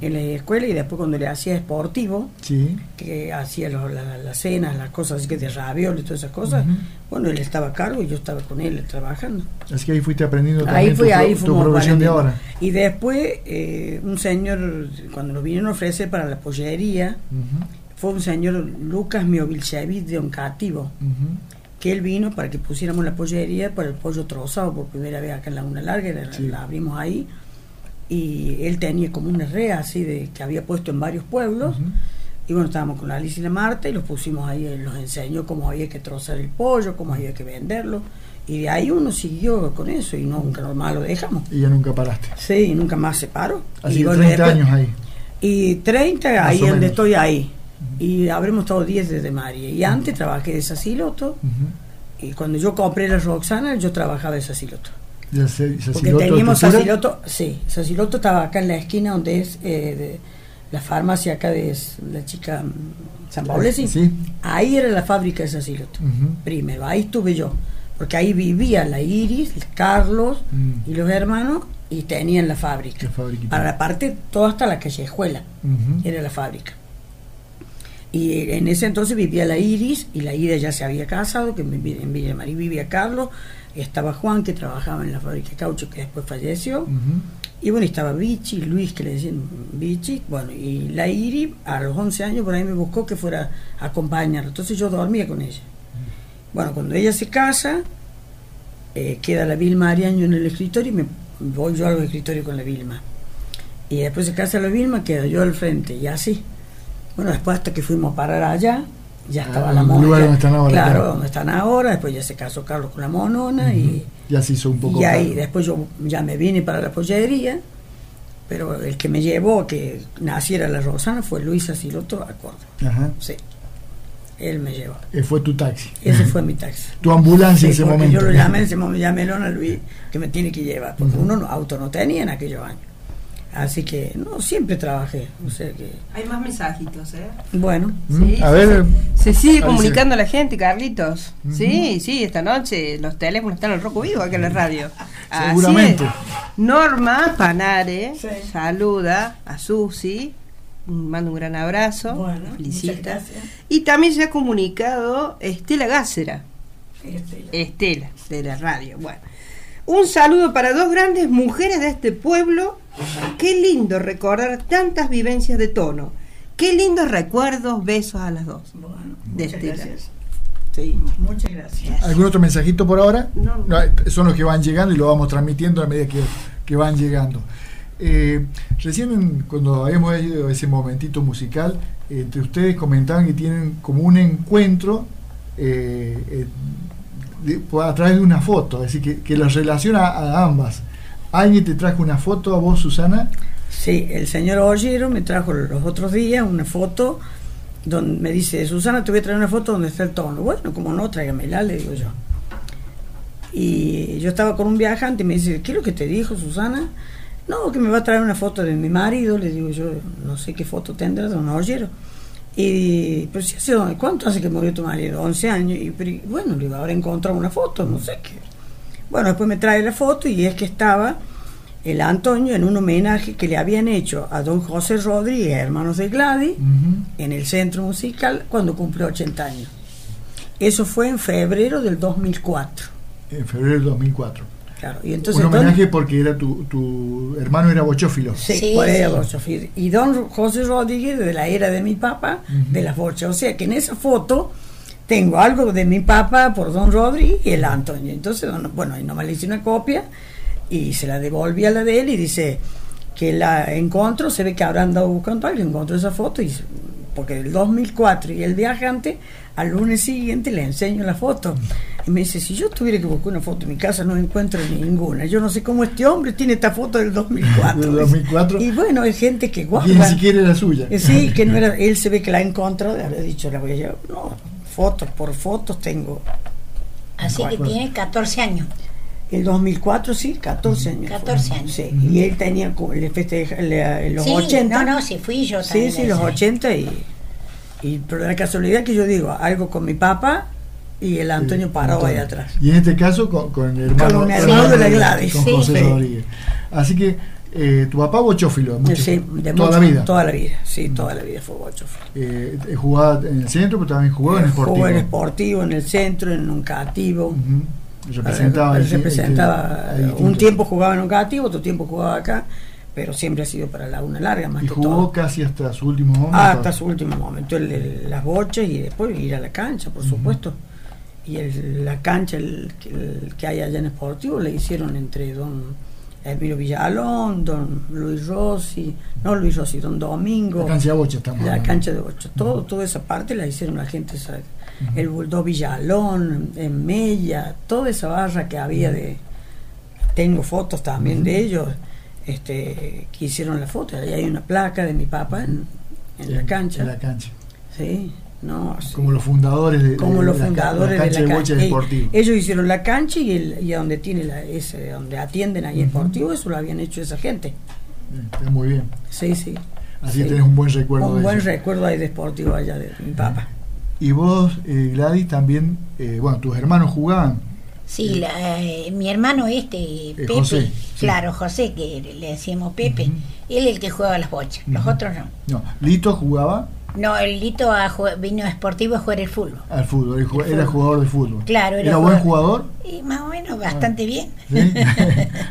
en la escuela y después cuando le hacía esportivo,
Sí.
que hacía lo- la- las cenas, las cosas así que de ravioli y todas esas cosas,
Ujú.
bueno, él estaba a cargo y yo estaba con él trabajando.
Así que ahí fuiste aprendiendo
Ahí
también
fui,
tu, pro-
ahí
tu
fuimos
profesión de
aprendiendo.
ahora.
Y después, eh, un señor, cuando lo vinieron a ofrecer para la pollería,
Ujú,
fue un señor Lucas Miovilchevich de Oncativo,
ujú.
que él vino para que pusiéramos la pollería para el pollo trozado por primera vez acá en Laguna Larga, la,
Sí.
la abrimos ahí. Y él tenía como una rea así de que había puesto en varios pueblos.
Ujú.
Y bueno, estábamos con la Alicia y la Marta y los pusimos ahí, él nos enseñó cómo había que trozar el pollo, cómo había que venderlo. Y de ahí uno siguió con eso y nunca más lo dejamos.
Y ya nunca paraste.
Sí, y nunca más se paró.
Así
y
que
bueno,
30
después-
años ahí.
y 30
Más
ahí
o
donde
menos.
estoy ahí. Y habremos estado 10 desde María. Y antes trabajé de Saciloto.
Ujú.
Y cuando yo compré la Roxana, yo trabajaba de Saciloto.
Ya sé, ¿y
Porque
Saciloto de
teníamos
Tessura?
Saciloto, sí, Saciloto estaba acá en la esquina donde es eh, de- la farmacia acá de s- la chica mm, San Paulesi.
Sí.
Ahí era la fábrica de Saciloto.
Ujú.
Primero, ahí estuve yo. Porque ahí vivía la Iris, Carlos
Mm.
y los hermanos y tenían la
Qué
fábrica.
fabriquita.
Para la parte, toda hasta la callejuela
Ujú.
era la fábrica. Y en ese entonces vivía la Iris, y la Iris ya se había casado, que en Villa- en Villa María vivía Carlos, estaba Juan, que trabajaba en la fábrica de caucho, que después falleció,
Ujú.
y bueno, estaba Vichy, Luis, que le decían Vichy, bueno, y la Iris a los 11 años por ahí me buscó que fuera a acompañarla, entonces yo dormía con ella.
Mm.
Bueno, cuando ella se casa, eh, queda la Vilma Ariaño en el escritorio y me voy yo al escritorio con la Vilma. Y después se casa la Vilma, quedo yo al frente y así. Bueno, después hasta que fuimos a parar allá, ya
Ah,
estaba
el
la monona.
lugar donde están ahora,
Claro,
claro.
donde están ahora, después ya se casó Carlos con la monona Ah, y...
Ya se hizo un poco.
Y ahí,
caro.
después yo ya me vine para la pollería, pero el que me llevó a que naciera la Rosana fue Luis Asiloto a Córdoba.
Ajá.
Sí. él me llevó.
Eh, fue tu taxi.
Ese fue mi taxi.
Tu ambulancia en ese
Sí, porque
momento.
Yo lo llamé en ese momento, llamé a Lona Luis, que me tiene que llevar, porque uno no- auto no tenía en aquellos años. Así que, no, siempre trabajé. O sea que,
Hay más mensajitos, ¿eh?
bueno,
Mm,
Sí,
A
sí,
ver,
Se
Ahí
sigue
sí.
comunicando la gente, Carlitos. Sí, sí, esta noche los teléfonos están al roco vivo acá en la radio. Así
Seguramente.
es. Norma Panare
Sí.
saluda a Susi, manda un gran abrazo,
bueno,
la
muchas
felicita.
gracias.
Y también se ha comunicado Estela Gácera,
Este,
Estela, de la radio. Bueno, un saludo para dos grandes mujeres de este pueblo. Qué lindo recordar tantas vivencias de tono. Qué lindos recuerdos, besos a las dos.
bueno,
De
muchas
Estela.
gracias. Sí, muchas gracias.
¿Algún otro mensajito por ahora?
No, no.
No, eh, Son los que van llegando y lo vamos transmitiendo a medida que, que van llegando. Eh, recién en- cuando habíamos ido a ese momentito musical, eh, entre ustedes comentaban que tienen como un encuentro eh, eh, de- por- a través de una foto, es decir, que, que las relaciona a ambas. ¿Alguien te trajo una foto a vos, Susana?
Sí, el señor Ollero me trajo los otros días una foto donde me dice, Susana, te voy a traer una foto donde está el tono. Bueno, como no, tráigamela, le digo yo. Y yo estaba con un viajante y me dice, ¿qué es lo que te dijo Susana? No, que me va a traer una foto de mi marido, le digo yo, no sé qué foto tendrá don Ollero. Y, pero si hace, ¿cuánto hace que murió tu marido? 11 años. Y pero, y bueno, le digo, ahora encontrar una foto, no sé qué. Bueno, después me trae la foto y es que estaba el Antonio en un homenaje que le habían hecho a don José Rodríguez, hermanos de Gladys,
Ujú.
en el centro musical cuando cumplió 80 años. Eso fue en febrero del 2004.
En febrero del 2004.
Claro. Y entonces,
un
don-
homenaje porque era tu, tu hermano era bochófilo.
Sí,
Sí,
por ahí
sí.
abajo, Sofía. Y don José Rodríguez de la era de mi papá,
Ujú.
de las bochas. O sea que en esa foto tengo algo de mi papá por don Rodríguez y el Antonio. Entonces, don- bueno, y nomás le hice una copia y se la devolví a la de él y dice que la encontró, se ve que habrá andado buscando algo, encontró esa foto y porque el 2004 y el viajante, al lunes siguiente le enseño la foto. Y me dice, si yo tuviera que buscar una foto en mi casa, no encuentro ninguna. Yo no sé cómo este hombre tiene esta foto del 2004.
Del 2004.
Y bueno, hay gente que
Y ni
guarda.
siquiera era suya.
Eh, Sí, que no era, él se ve que la encontró, le había dicho, la voy a llevar. No, fotos por fotos tengo.
Así que
Bueno.
tiene 14 años.
El 2004, sí, 14 años. fue.
14 años.
Sí, y él tenía, como- le festeja, le- los
sí,
80.
No, no, sí, fui yo
Sí,
también.
sí, los
esa.
80 y, y pero la casualidad que yo digo, algo con mi papá y el Antonio parado ahí atrás.
Y en este caso con, con el hermano,
Con un hermano de la Gladys,
con
sí.
José
Sí.
Rodríguez. Así que eh, tu papá bochófilo, mucho,
Sí, de
toda
mucho-
la vida.
Toda la vida, sí, toda la vida fue bocho.
Eh, eh, jugaba en el centro, pero también jugaba en el
Jugó
Sportivo.
en Sportivo, en el centro, en un cativo.
Ujú. Representaba, este, el- el-
representaba-
el- el-
un
el-
tiempo jugaba en un cativo, otro tiempo jugaba acá, pero siempre ha sido para la una larga más
Y
que
jugó
todo.
casi hasta su último momento.
Ah, Hasta su último momento, el- el- las bochas y después ir a la cancha, por supuesto. Y el- la cancha el, el que hay allá en Sportivo le hicieron entre don Emilio Villalón, don Luis Rossi, no Luis Rossi, don Domingo,
La cancha de bocha estamos
la
hablando.
cancha de bocha, todo, toda esa parte la hicieron la gente, esa- el Bulldog Villalón, en Mella, toda esa barra que había de, tengo fotos también de ellos, este, que hicieron la foto, ahí hay una placa de mi papá en, en la cancha,
En la cancha.
sí, no, sí.
Como los fundadores de, de-
como
de
los
la ca-
fundadores
la cancha
de la
bocha
cancha.
de Sportivo.
Ellos hicieron la cancha y, el, y a donde tiene la, ese, donde atienden ahí el
Ujú.
Sportivo, eso lo habían hecho esa gente,
Eh, Está muy bien.
sí, sí,
Así
Sí.
que tenés un buen recuerdo
un
de
buen
eso.
recuerdo ahí de Sportivo allá de mi papá.
Y vos, eh, Gladys, también, eh, bueno, tus hermanos jugaban.
Sí, la- eh, mi hermano este, Pepe,
Eh, José, sí.
claro, José, que le decíamos Pepe,
Ujú.
él el que jugaba las bochas, los
Ujú.
otros no.
No, Lito jugaba
No, el Lito a ju- vino a Sportivo a jugar el fútbol.
al fútbol, él ju- era jugador de fútbol.
Claro,
era,
era
buen jugador.
jugador. Y más o menos bastante bien.
¿sí?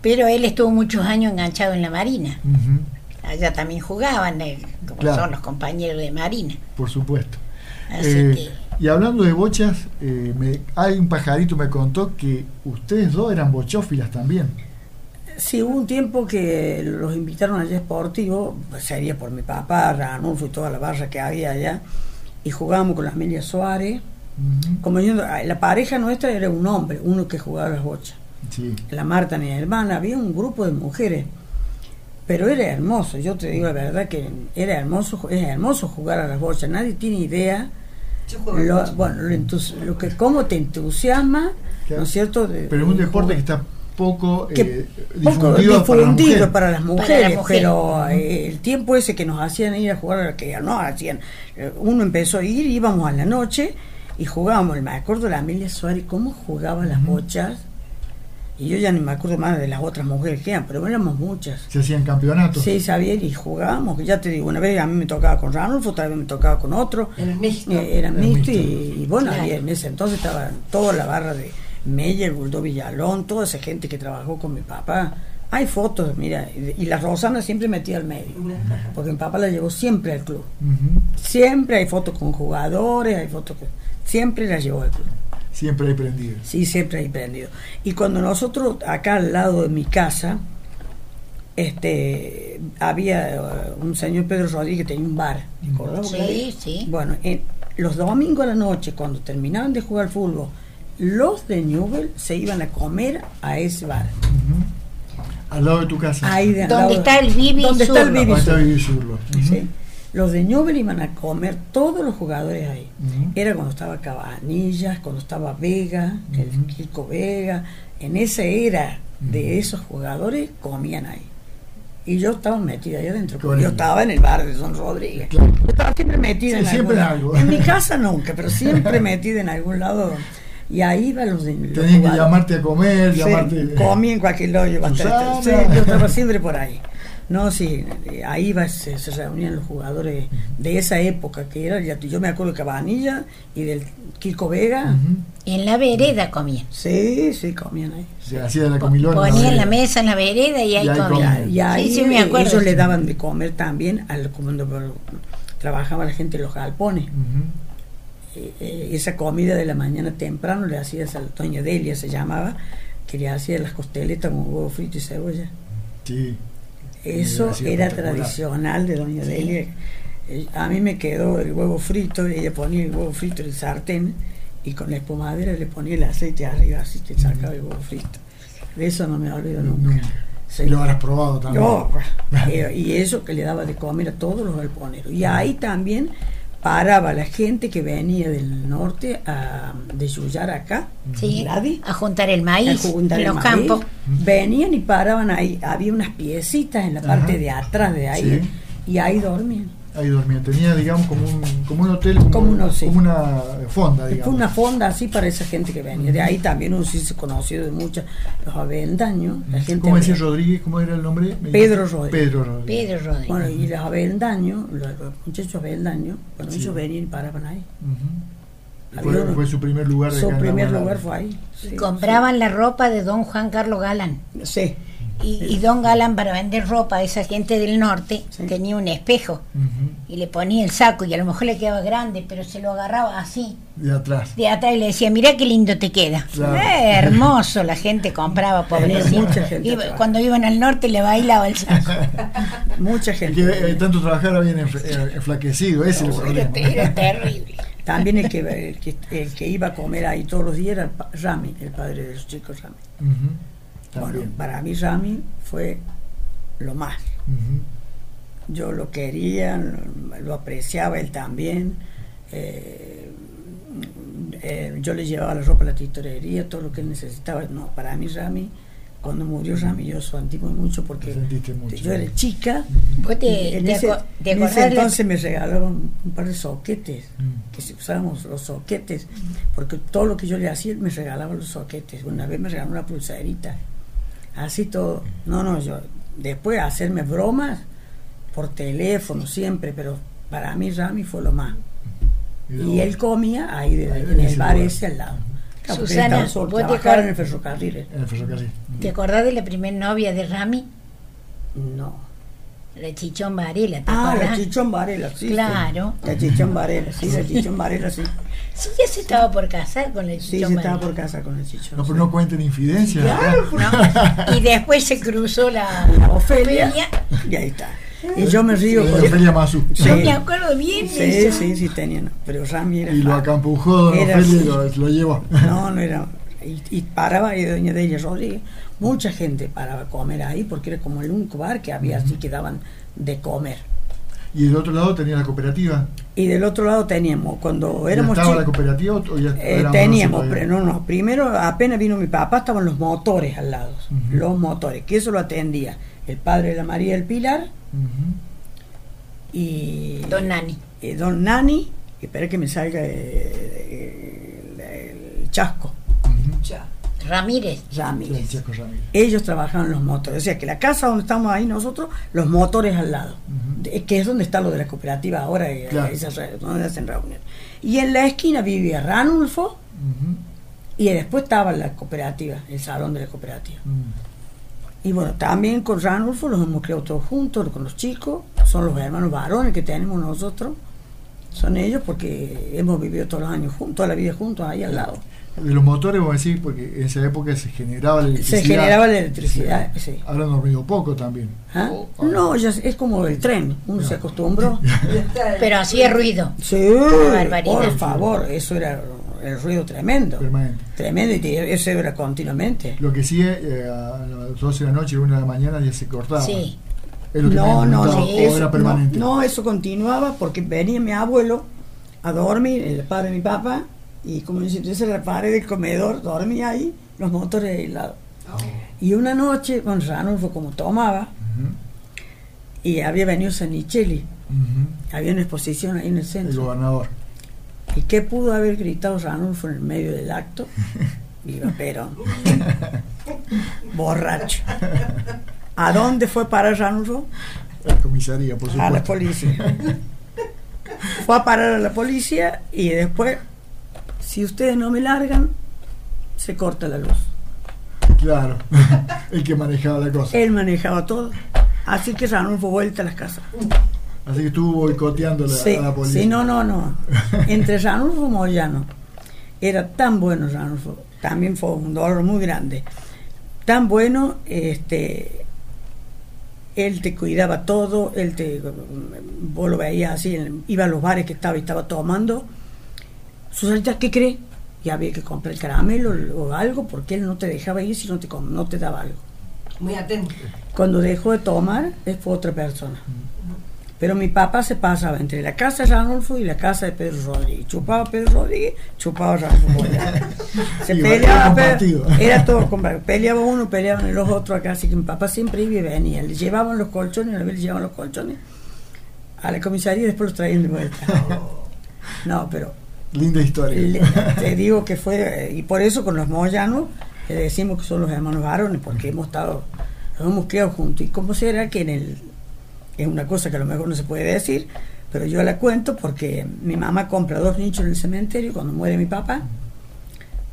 Pero él estuvo muchos años enganchado en la Marina.
Ujú,
Allá también jugaban, eh, como
Claro.
son los compañeros de Marina.
Por supuesto.
Así
Eh,
que
Y hablando de bochas, eh, me- hay un pajarito me contó que ustedes dos eran bochófilas también.
Sí, hubo un tiempo que los invitaron allá a Sportivo, pues, sería por mi papá, Ranulfo y toda la barra que había allá, y jugábamos con la Amelia Suárez.
Ujú,
Como yo- ah, la pareja nuestra era un hombre, uno que jugaba las bochas.
Sí.
La Marta, mi hermana, había un grupo de mujeres, pero era hermoso, yo te digo la verdad que era hermoso, es hermoso jugar a las bochas, nadie tiene idea
Yo juego al
lo,
boliche.
bueno, lo, entus- lo que cómo te entusiasma,
Claro.
¿no es cierto? De-
Pero es un deporte que está poco
que
eh,
poco
difundido, para la mujer.
para las mujeres,
Para la mujer.
pero eh, el tiempo ese que nos hacían ir a jugar, que ya no hacían, eh, uno empezó a ir, íbamos a la noche y jugábamos, me acuerdo de la Amelia Suárez, cómo jugaba las bochas, y yo ya ni me acuerdo más de las otras mujeres que eran, pero éramos muchas.
Se hacían campeonatos.
Sí, Xavier, y jugábamos, que ya te digo, una vez a mí me tocaba con Ranulfo, otra vez me tocaba con otro,
En el mixto.
eh, era
Era
mixto y,
mixto.
y bueno,
Claro.
había- en ese entonces estaba toda la barra de Meyer, Buldo Villalón, toda esa gente que trabajó con mi papá. Hay fotos, mira, y, y la Rosana siempre metía al medio, porque mi papá la llevó siempre al club.
Ujú.
Siempre hay fotos con jugadores, hay fotos que... Siempre la llevó al club.
Siempre hay prendido.
Sí, siempre ahí prendido. Y cuando nosotros, acá al lado de mi casa, este había eh, un señor Pedro Rodríguez que tenía un bar. ¿te acordás,
Sí,
Bocari?
sí.
Bueno, en- los domingos a la noche, cuando terminaban de jugar fútbol, los de Newell se iban a comer a ese bar.
Ujú. Al lado de tu casa.
Ahí de al
¿Dónde
lado-
está el Bibi
¿Dónde está el
Zurlo?
Bibi
Ahí está
Zurlo?
Vivi Zurlo. Ujú.
Sí. Los de Newell iban a comer todos los jugadores ahí.
Ujú.
Era cuando estaba Cabanillas, cuando estaba Vega,
Ujú.
el Kiko Vega. En esa era de esos jugadores comían ahí. Y yo estaba metida ahí adentro.
Con
Yo
el-
estaba en el bar de Don Rodríguez.
Claro.
Yo estaba siempre metida
Sí,
en
siempre en
algún
algo.
lado. En mi casa nunca, pero siempre metida en algún lado. Y ahí iban los de los
Tenían que
jugadores.
llamarte a comer,
Sí,
llamarte.
comí en cualquier lado, yo
Susana.
bastante. Sí, yo estaba siempre por ahí. No, sí, eh, ahí va, se, se reunían los jugadores de esa época que era, ya- yo me acuerdo de Cabanilla y del Kiko Vega.
Ujú.
En la vereda comían.
Sí, sí, comían ahí.
Se hacía de la comilona.
Ponían
Sí.
la mesa en la vereda y ahí
ahí
comían.
comían.
Y ahí
Sí, sí, me acuerdo.
ellos le daban de comer también al cuando trabajaba la gente en los galpones.
Ujú.
Eh, eh, esa comida de la mañana temprano le hacías a la doña Delia, se llamaba, que le hacía las costeletas con huevo frito y cebolla.
Sí.
Eso
Sí,
era
espectacular.
tradicional de Doña Delia. Eh, A mí me quedó el huevo frito, ella ponía el huevo frito en el sartén y con la espumadera le ponía el aceite arriba, así te sacaba el huevo frito. De eso no me olvido nunca.
Nunca.
Sí.
Y lo habrás probado también.
No, eh, y eso que le daba de comer a todos los galponeros. Y ahí también paraba la gente que venía del norte a, de Yuyar acá,
Sí,
Gladys,
a juntar el
al
maíz
juntar
en
el
los
maíz,
campos.
Venían y paraban ahí. Había unas piecitas en la
Ajá.
parte de atrás de ahí. Y ahí dormían.
Ahí dormía. Tenía, digamos, como un, como un hotel. Como,
Como uno, sí.
como una fonda, digamos.
Fue una fonda así para esa gente que venía. De ahí también uno sí se conoció de muchas. Los avendaños. La gente
¿Cómo decía
había-
Rodríguez? ¿Cómo era el nombre? Me
Pedro
dijiste.
Rodríguez.
Pedro Rodríguez.
Pedro Rodríguez.
Bueno, y los avendaños, los, los muchachos avendaños, cuando
Sí.
ellos venían y paraban ahí.
Ujú.
Había
Fue,
uno-
fue su primer lugar de
Su
acá en La
primer
Guarda.
lugar fue ahí.
Y
Sí,
compraban la ropa de don Juan Carlos Galán.
sí. Sí.
Y, y don Galán, para vender ropa a esa gente del norte,
Sí.
tenía un espejo
Ujú.
y le ponía el saco y a lo mejor le quedaba grande, pero se lo agarraba así
De atrás.
de atrás y le decía, mirá qué lindo te queda.
Claro.
Eh, hermoso, la gente compraba, pobrecito.
mucha gente
Iba-
atrás.
cuando iban al norte le bailaba el saco.
Mucha
El que eh,
gente.
tanto trabajara bien enf- eh, enflaquecido, ese es el problema.
Era terrible.
También el que, el, que, el que iba a comer ahí todos los días era el pa- Rami, el padre de los chicos Rami.
Ujú.
Bueno,
También.
para mí Rami fue lo más.
Ujú.
Yo lo quería, lo, lo apreciaba él también. eh, eh, yo le llevaba la ropa a la tintorería, todo lo que él necesitaba. No, para mí Rami, cuando murió Rami, yo sentí muy mucho porque
Te sentiste mucho.
yo era chica.
¿Vos
y
te,
en
te
ese,
aco- te
en ese
acordás la-
entonces me regalaron un par de soquetes,
Mm.
que si usábamos los soquetes, porque todo lo que yo le hacía él me regalaba los soquetes. Una vez me regaló una pulserita, así todo. No, no, yo después hacerme bromas por teléfono siempre, pero para mí Rami fue lo más.
Mira
Y
vos.
él comía ahí de-
Ahí
en
en
el
ese
bar
lugar.
ese al lado. Claro, porque
Susana,
estaba solo,
vos te
trabajaba
acor-
en el ferrocarril. él.
En el ferrocarril.
¿Te acordás de la primer novia de Rami?
No.
La Chichón Varela, ¿te
Ah, la
acordás?
Chichón Varela, sí. sí.
Claro.
La Chichón Varela, sí, la Chichón Varela, sí.
Sí, ya se estaba por casar con la
Sí,
Chichón
yo
Varela.
estaba por casa con el chichón.
No, pero no cuenten infidencias. ¿verdad?
¿no? Y después se cruzó la,
La Ofelia.
Ofelia.
Y ahí está. Y yo me río.
Sí,
porque-
Ofelia Mazú.
Sí.
Yo me acuerdo bien de
Sí,
eso.
sí, sí, tenía. no, Pero Rami era.
Y lo
fan.
acampujó Don
Era
Ofelia y
así.
lo, lo llevó.
No, no era. Y, y paraba ahí Doña Delia Rodríguez. Mucha gente paraba a comer ahí porque era como el único bar que había así que daban de comer.
Y del otro lado tenía la cooperativa.
Y del otro lado teníamos, cuando
¿Ya
éramos
¿Estaba la
chicos,
cooperativa o o ya
eh,
éramos
teníamos,
nosotros
pero
ahí?
no, no, primero apenas vino mi papá, estaban los motores al lado,
Ujú.
los motores, que eso lo atendía el padre de la María del Pilar
Ujú.
y
Don Nani.
eh, don Nani, y espera que me salga eh, el, el chasco,
Ujú.
Ramírez.
Era el
Ramírez.
Chaco Ramírez.
Ellos trabajaban los motores, o sea que la casa donde estamos ahí nosotros, los motores al lado,
Ujú.
de- que es donde está lo de la cooperativa ahora, eh,
Claro.
esas re- donde hacen reuniones. Y en la esquina vivía Ranulfo
Ujú.
y después estaba la cooperativa, el salón de la cooperativa.
Mm.
Y bueno, también con Ranulfo los hemos creado todos juntos, con los chicos, son los hermanos varones que tenemos nosotros, son ellos porque hemos vivido todos los años juntos, toda la vida juntos ahí al lado.
De los motores, vos decís, porque en esa época se generaba la electricidad.
Se generaba la electricidad, sí.
Ahora han dormido poco también.
¿Ah?
O- ahora-
No, ya es es como el tren, uno se acostumbró.
Pero hacía ruido.
Sí,
barbaridad.
por favor, eso era el ruido tremendo.
Permanente.
Tremendo, y te- eso era continuamente.
Lo que sí, eh, a las 12 de la noche, 1 de la mañana ya se cortaba.
Sí.
Es lo que me
No,
han
no,
contado,
no,
o
eso,
era
no,
permanente.
no, eso continuaba porque venía mi abuelo a dormir, el padre de mi papá, y como dice, entonces la pared del comedor dormía ahí, los motores de lado.
Ah,
Y una noche, con Ranulfo como tomaba,
Ujú,
y había venido Sanicelli,
ujú.
había una exposición ahí en el
El
centro.
gobernador.
¿Y qué pudo haber gritado Ranulfo en el medio del acto? Viva Perón. Borracho. ¿A dónde fue parar Ranulfo?
La comisaría, por
A Ah, la
supuesto.
policía. Fue a parar a la policía y después, si ustedes no me largan, se corta la luz.
Claro. El que manejaba la cosa.
Él manejaba todo. Así que Ranulfo vuelta a las casas.
Así que estuvo boicoteando la,
Sí,
a la policía.
sí, no, no, no. Entre Ranulfo y Moyano. Era tan bueno Ranulfo. También fue un dolor muy grande. Tan bueno, este. Él te cuidaba todo, él te. Vos lo veías así, él iba a los bares que estaba y estaba tomando. Susanita, ¿qué cree? Y había que comprar el caramelo o algo porque él no te dejaba ir si no te, com- no te daba algo.
Muy atento.
Cuando dejó de tomar, eh, fue otra persona. Pero mi papá se pasaba entre la casa de Ranulfo y la casa de Pedro Rodríguez. Chupaba Pedro Rodríguez, chupaba Ranulfo. Moyano. se
Y
peleaba,
era
pero-
compartido.
era todo compartido. Peleaba uno, peleaban los otros acá. Así que mi papá siempre iba y venía. Le llevaban los colchones, una vez le llevaban los colchones a la comisaría y después los traían de vuelta. No, pero
Linda historia.
le- te digo que fue, eh, y por eso con los moyanos le decimos que son los hermanos varones, porque hemos estado, nos hemos criado juntos. ¿Y cómo será que en el, es una cosa que a lo mejor no se puede decir, pero yo la cuento porque mi mamá compra dos nichos en el cementerio cuando muere mi papá,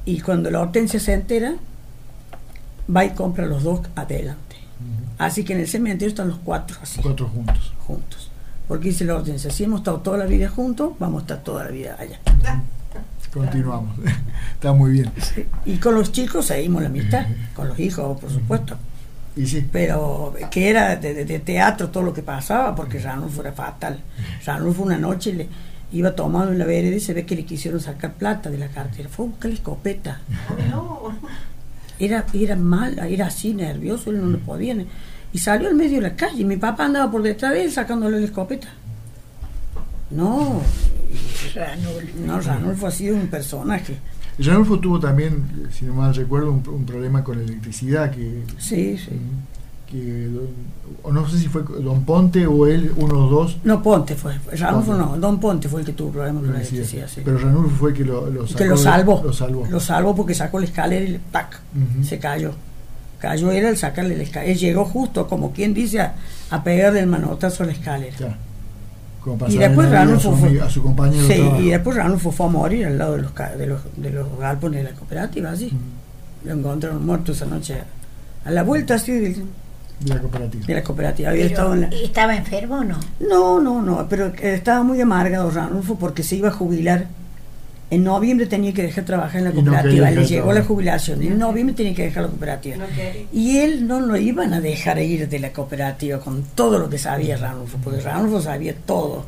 y cuando la hortensia se entera, va y compra los dos adelante.
Ujú.
Así que en el cementerio están los cuatro así
Cuatro juntos.
juntos. Porque dice la ordenanza, si hemos estado toda la vida juntos, vamos a estar toda la vida allá.
Ah,
Continuamos. Está muy bien.
Y con los chicos seguimos la amistad, con los hijos, por supuesto.
Y sí.
Pero que era de, de- de teatro todo lo que pasaba, porque Ranulfo era fatal. Ranulfo una noche le iba tomando en la vereda y se ve que le quisieron sacar plata de la cartera. Fue a buscar la escopeta.
No.
Era, era mal, era así nervioso, él no lo podía. ni- Y salió al medio de la calle. y Mi papá andaba por detrás de él sacándole la escopeta. No,
Ranulfo.
No, Ranulfo ha sido un personaje.
Ranulfo tuvo también, si no mal recuerdo, un, un problema con la electricidad que
Sí, sí.
que don- o no sé si fue Don Ponte o él, uno o los dos.
No, Ponte fue. Ranulfo
Ponte.
no, Don Ponte fue el que tuvo problemas con la electricidad. sí.
Pero Ranulfo fue que lo, lo sacó.
que lo
de-
salvó.
Lo salvó.
Lo salvó porque sacó la escalera y le- ¡pac!
Ujú.
Se cayó. Cayó él al sacarle la escalera. Él llegó justo, como quien dice, a, a pegarle el manotazo a la escalera.
Claro. Como para
Y
salvar
después
la vida a su,
Ranulfo fue.
ami- a su compañero. de
Sí,
trabajo.
y después Ranulfo fue a morir al lado de los, ca- de los, de los galpones de la cooperativa, así.
Mm,
Lo encontraron muerto esa noche. A la vuelta así del-
de la cooperativa.
de la cooperativa. Había
Pero,
estado en la,
¿Estaba enfermo o no?
No, no, no, pero eh, estaba muy amargado Ranulfo porque se iba a jubilar. En noviembre tenía que dejar trabajar en la
Y no quería
cooperativa,
dejar
le
de
llegó
trabajar.
la jubilación, en noviembre tenía que dejar la cooperativa.
No quería.
Y él no lo iban a dejar ir de la cooperativa con todo lo que sabía Ranulfo, porque Ranulfo sabía todo.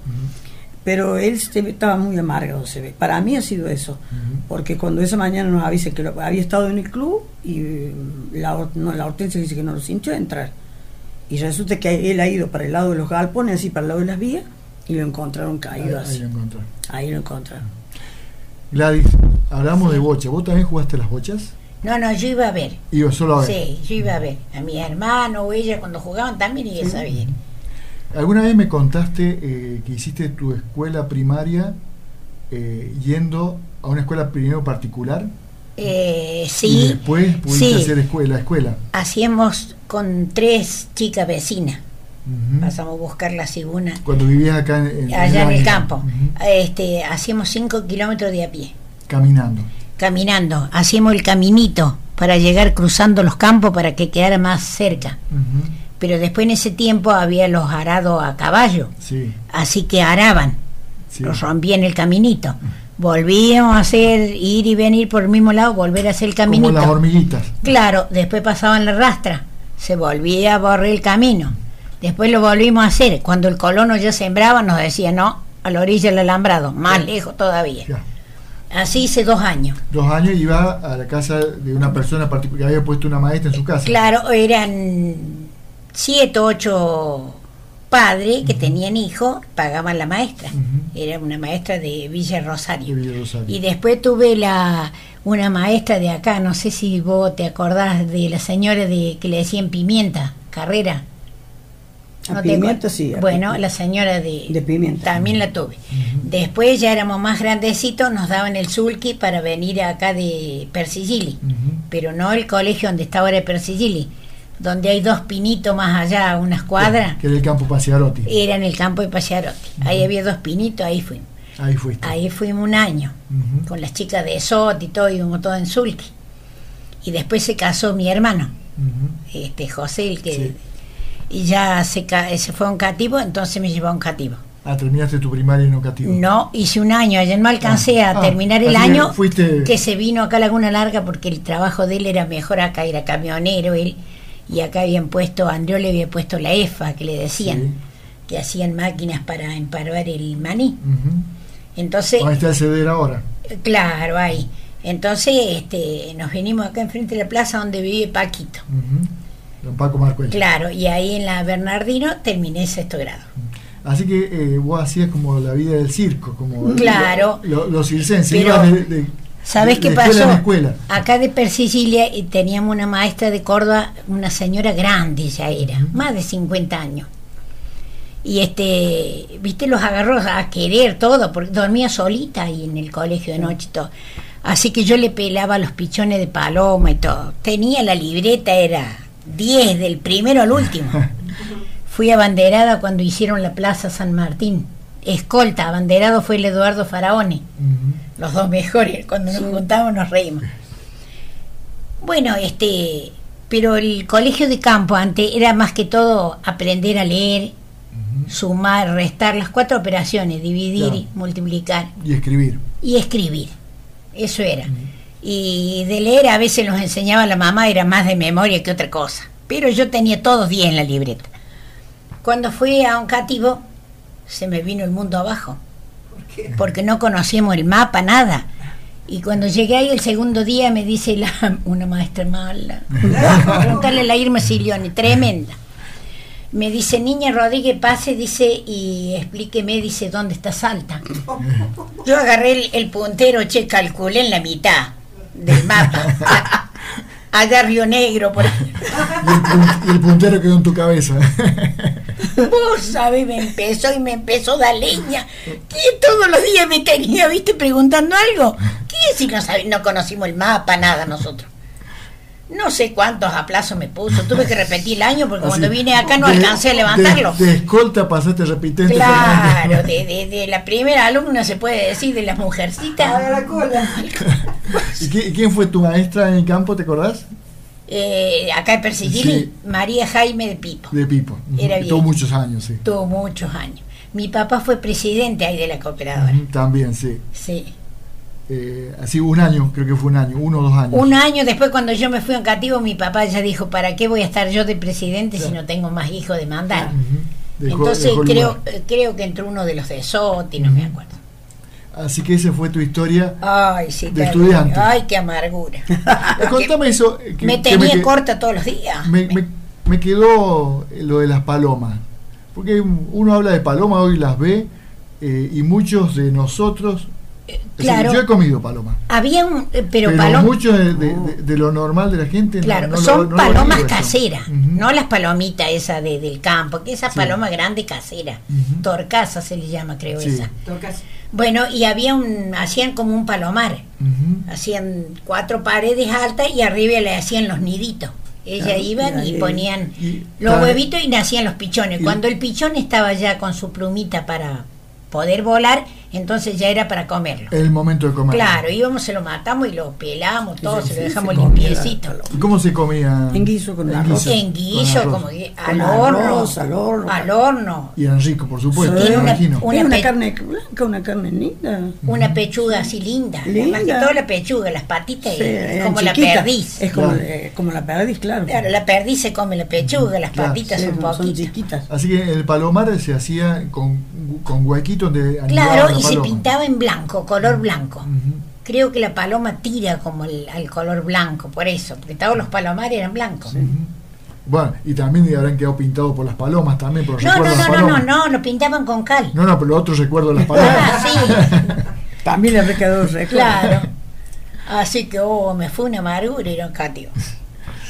Pero él se ve- estaba muy amargado, se ve. Para mí ha sido eso,
Ujú.
porque cuando esa mañana nos avisan que lo- había estado en el club y mm, la, hor- no, la Hortensia dice que no lo sintió entrar. Y resulta que él ha ido para el lado de los galpones y para el lado de las vías Y lo encontraron caído
Ahí
así.
lo encontré.
Ahí lo encontraron.
Gladys, hablamos de bocha. ¿Vos también jugaste las bochas?
No, no, yo iba a ver.
Iba solo a ver.
Sí, yo iba a ver. A mi hermano o ella cuando jugaban también iba a saber.
Alguna vez me contaste eh, que hiciste tu escuela primaria eh, yendo a una escuela primero particular
Eh,
y
sí,
después pudiste
Sí.
hacer escuela, escuela.
hacíamos con tres chicas vecinas.
Ujú.
Pasamos a buscarlas y una
Cuando vivías acá en, en-
allá en el
Águila.
campo.
Ujú.
este, hacíamos cinco kilómetros de a pie,
Caminando.
caminando. Hacíamos el caminito para llegar cruzando los campos para que quedara más cerca.
Ujú.
Pero después en ese tiempo había los arados a caballo,
Sí,
así que araban.
sí.
los rompían el caminito. Volvíamos a hacer ir y venir por el mismo lado, volver a hacer el
Como las
caminito.
hormiguitas.
Claro, después pasaban la rastra, se volvía a borrar el camino. Después lo volvimos a hacer. Cuando el colono ya sembraba, nos decía no, a la orilla del alambrado, más lejos todavía.
Ya.
Así hice dos años.
Dos años iba a la casa de una persona particular que había puesto una maestra en su casa.
Claro, eran siete, ocho padres que tenían hijos, pagaban la maestra.
Ujú.
Era una maestra de Villa Rosario.
De Villa Rosario.
Y después tuve la una maestra de acá, no sé si vos te acordás de la señora de que le decían pimienta, carrera.
A
No te
pimienta
acuerdas.
sí. a
Bueno,
pi-
la señora de,
De pimienta.
También la tuve. Después ya éramos más grandecitos, nos daban el sulky para venir acá de Persigili,
Ujú.
pero no el colegio donde está ahora el Persigili, donde hay dos pinitos más allá, unas cuadras,
Que era el campo Pasearotti.
era en el campo de Pasearote. Ahí había dos pinitos, ahí fuimos.
Ahí fuiste.
Ahí fuimos un año
Ujú.
con las chicas de Sot y todo, íbamos todos en Sulki. Y después se casó mi hermano,
Ujú.
este José, el que.
Sí.
Y ya se, ca- se fue a un cativo, entonces me llevó a un cativo.
Ah, terminaste tu primaria en educativo.
No, hice un año, ayer no alcancé
Ah,
a
ah,
terminar el
así que
año
fuiste-
que se vino acá a Laguna Larga porque el trabajo de él era mejor acá, era camionero él. Y acá habían puesto, Andreo le había puesto la EFA, que le decían, que hacían máquinas para emparar el maní.
Ujú. este
Entonces,
Ahí está el ceder ahora.
Claro, ahí. Entonces este, nos vinimos acá enfrente de la plaza donde vive Paquito.
Ujú. Don Paco Marcuello.
Claro, y ahí en la Bernardino terminé sexto grado.
Así que eh, vos hacías como la vida del circo, como
Claro.
lo- lo- los circenses.
Pero,
ibas de- de-
¿Sabés
de-
qué
de escuela
pasó?
en escuela.
Acá de Persicilia y teníamos una maestra de Córdoba, una señora grande ya era, más de 50 años. Y este, viste, los agarró a querer todo, porque dormía solita ahí en el colegio de noche y todo. Así que yo le pelaba los pichones de paloma y todo. Tenía la libreta, era 10 del primero al último. Fui abanderada cuando hicieron la Plaza San Martín. Escolta, abanderado fue el Eduardo Faraone
Ujú.
los dos mejores, cuando nos juntamos nos reímos. Bueno, este, pero el colegio de campo antes era más que todo aprender a leer, sumar, restar, las cuatro operaciones, dividir,
Claro.
multiplicar
Y escribir.
y escribir. Eso era. Y de leer a veces nos enseñaba la mamá, era más de memoria que otra cosa. Pero yo tenía todos 10 en la libreta. Cuando fui a un cativo, se me vino el mundo abajo. Porque no conocíamos el mapa, nada. Y cuando llegué ahí el segundo día me dice la, una maestra mala, preguntarle a la Irma Silioni, tremenda. Me dice, niña Rodríguez, pase, dice, y explíqueme, dice, dónde está Salta. Yo agarré el, el puntero, che, calculé en la mitad del mapa. Allá Río Negro, por ahí.
Y el, pun- y el puntero quedó en tu cabeza.
Vos sabés, me empezó y me empezó la leña. Que todos los días me tenía, viste, preguntando algo. ¿Qué si no, sabe- no conocimos el mapa, nada nosotros? No sé cuántos aplazos me puso. Tuve que repetir el año porque cuando
Así,
vine acá no
Ah, de-
alcancé a
de-
levantarlo.
De, escolta pasaste repitente.
Claro,
Fernando.
de, de- de la primera alumna se puede decir, de las
Ah,
mujercitas.
la cola.
¿Y qui- quién fue tu maestra en el campo, te acordás?
Eh, acá en Persigili,
Sí.
María Jaime de Pipo.
De Pipo. Ujú.
Era
Que
bien.
Tuvo muchos años, sí.
Tuvo muchos años. Mi papá fue presidente ahí de la cooperadora.
Ujú, También, sí.
Sí.
Eh, así un año, creo que fue un año, uno o dos años.
Un año después, cuando yo me fui a un cativo, mi papá ya dijo: ¿Para qué voy a estar yo de presidente si no tengo más hijos de mandar?
Ujú. Dejó-
Entonces
dejó
creo,
lugar.
eh, creo que entró uno de los de Soti, no me
Ujú.
acuerdo.
Así que esa fue tu historia.
Ay, sí,
De
terrible.
estudiante.
Ay, qué amargura.
Eh, Contame eso. eh, que-
Ah, me
que me
tenía
que-
corta todos los días.
eh, Me, me- me quedó lo de las palomas. Porque uno habla de paloma, hoy las ve, eh, y muchos de nosotros...
Eh,
es decir,
Claro,
yo he comido paloma.
había un. eh, Pero,
Pero,
paloma.
muchos de, de- de- de lo normal de la gente... no-
Claro,
no lo-
son
no lo
palomas
vive eso.
caseras,
Ujú.
no las palomitas esas de, del campo, que esas palomas grandes caseras,
Ujú.
torcaza se les llama, creo
Sí.
esa. Bueno, y había un, hacían como un palomar,
Ujú.
hacían cuatro paredes altas y arriba le hacían los niditos. Ella
Claro, y
iban y
ahí-
ponían
y-
los
claro.
huevitos y nacían los pichones.
Y-
Cuando el pichón estaba ya con su plumita para poder volar, entonces ya era para comerlo.
Eh,
El momento de comer.
Claro, íbamos, se lo matamos y lo pelamos, todo,
sí,
se lo
sí,
dejamos
se come la
limpiecito.
paloma.
¿Y cómo se comía?
En guiso con
En
arroz.
guiso,
En guiso,
con arroz.
como que al
arroz,
horno.
al horno.
Al horno.
Y eran ricos, por supuesto,
Sí.
pues, me
Tiene una-
imagino.
una
Una, una
pe-
carne blanca, una carne linda.
Una pechuga así linda.
Linda.
Más que todo la pechuga, las patitas
Sí,
es
eran
como la
chiquitas.
perdiz.
Es como,
Claro.
eh, como la perdiz, claro.
Claro, la perdiz se come la pechuga, las
Claro,
patitas
Sí,
un
son, son
poquito.
chiquitas.
Así que el palomar se hacía con, con huequitos de anidaba
Claro,
la
y se
paloma.
pintaba en blanco, color blanco.
Ujú.
Creo que la paloma tira como el- al color blanco, por eso, porque todos los palomares eran blancos.
Bueno, y también habrán quedado pintados por las palomas también, por
No,
recuerdo a
no,
las
no, no, no,
palomas.
no, lo pintaban con cal.
No, no, pero otro recuerdo de las
Ah,
palomas.
sí,
También le habré quedado recuerdo.
claro. Así que, oh, me fue una amargura ir a un catio.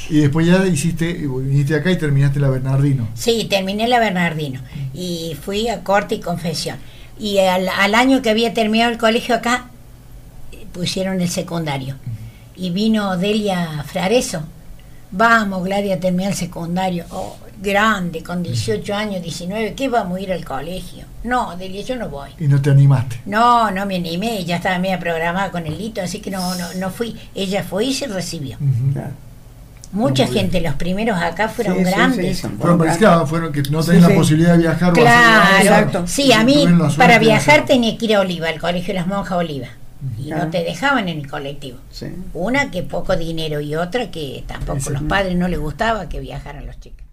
Y después ya hiciste, viniste acá y terminaste la Bernardino.
Sí, terminé la Bernardino y fui a corte y confesión. Y al, al año que había terminado el colegio acá, eh, pusieron el secundario. Y vino Delia Frareso. Vamos, Gladia, a terminar el secundario. Oh, grande, con 18 años, 19, ¿qué vamos a ir al colegio? No, Delia, yo no voy.
Y no te animaste.
No, no me animé, ya estaba media programada con el lito, así que no, no, no fui. Ella fue y se recibió.
Ujú.
Claro.
Mucha
Muy bien.
gente, los primeros acá fueron
Sí, sí, sí,
grandes.
son
Fueron
buenas.
pescados, fueron que no
Sí,
tenían
sí.
la posibilidad de viajar. o hacer
Claro,
algo.
Exacto.
sí, a mí
Tuvieron la suerte
para
de
viajar
hacerlo.
tenía que ir a Oliva, al Colegio de las Monjas Oliva. Y
Claro.
no te dejaban en el colectivo.
Sí.
Una que poco dinero y otra que tampoco
Ese-
los padres no les gustaba que viajaran los chicos.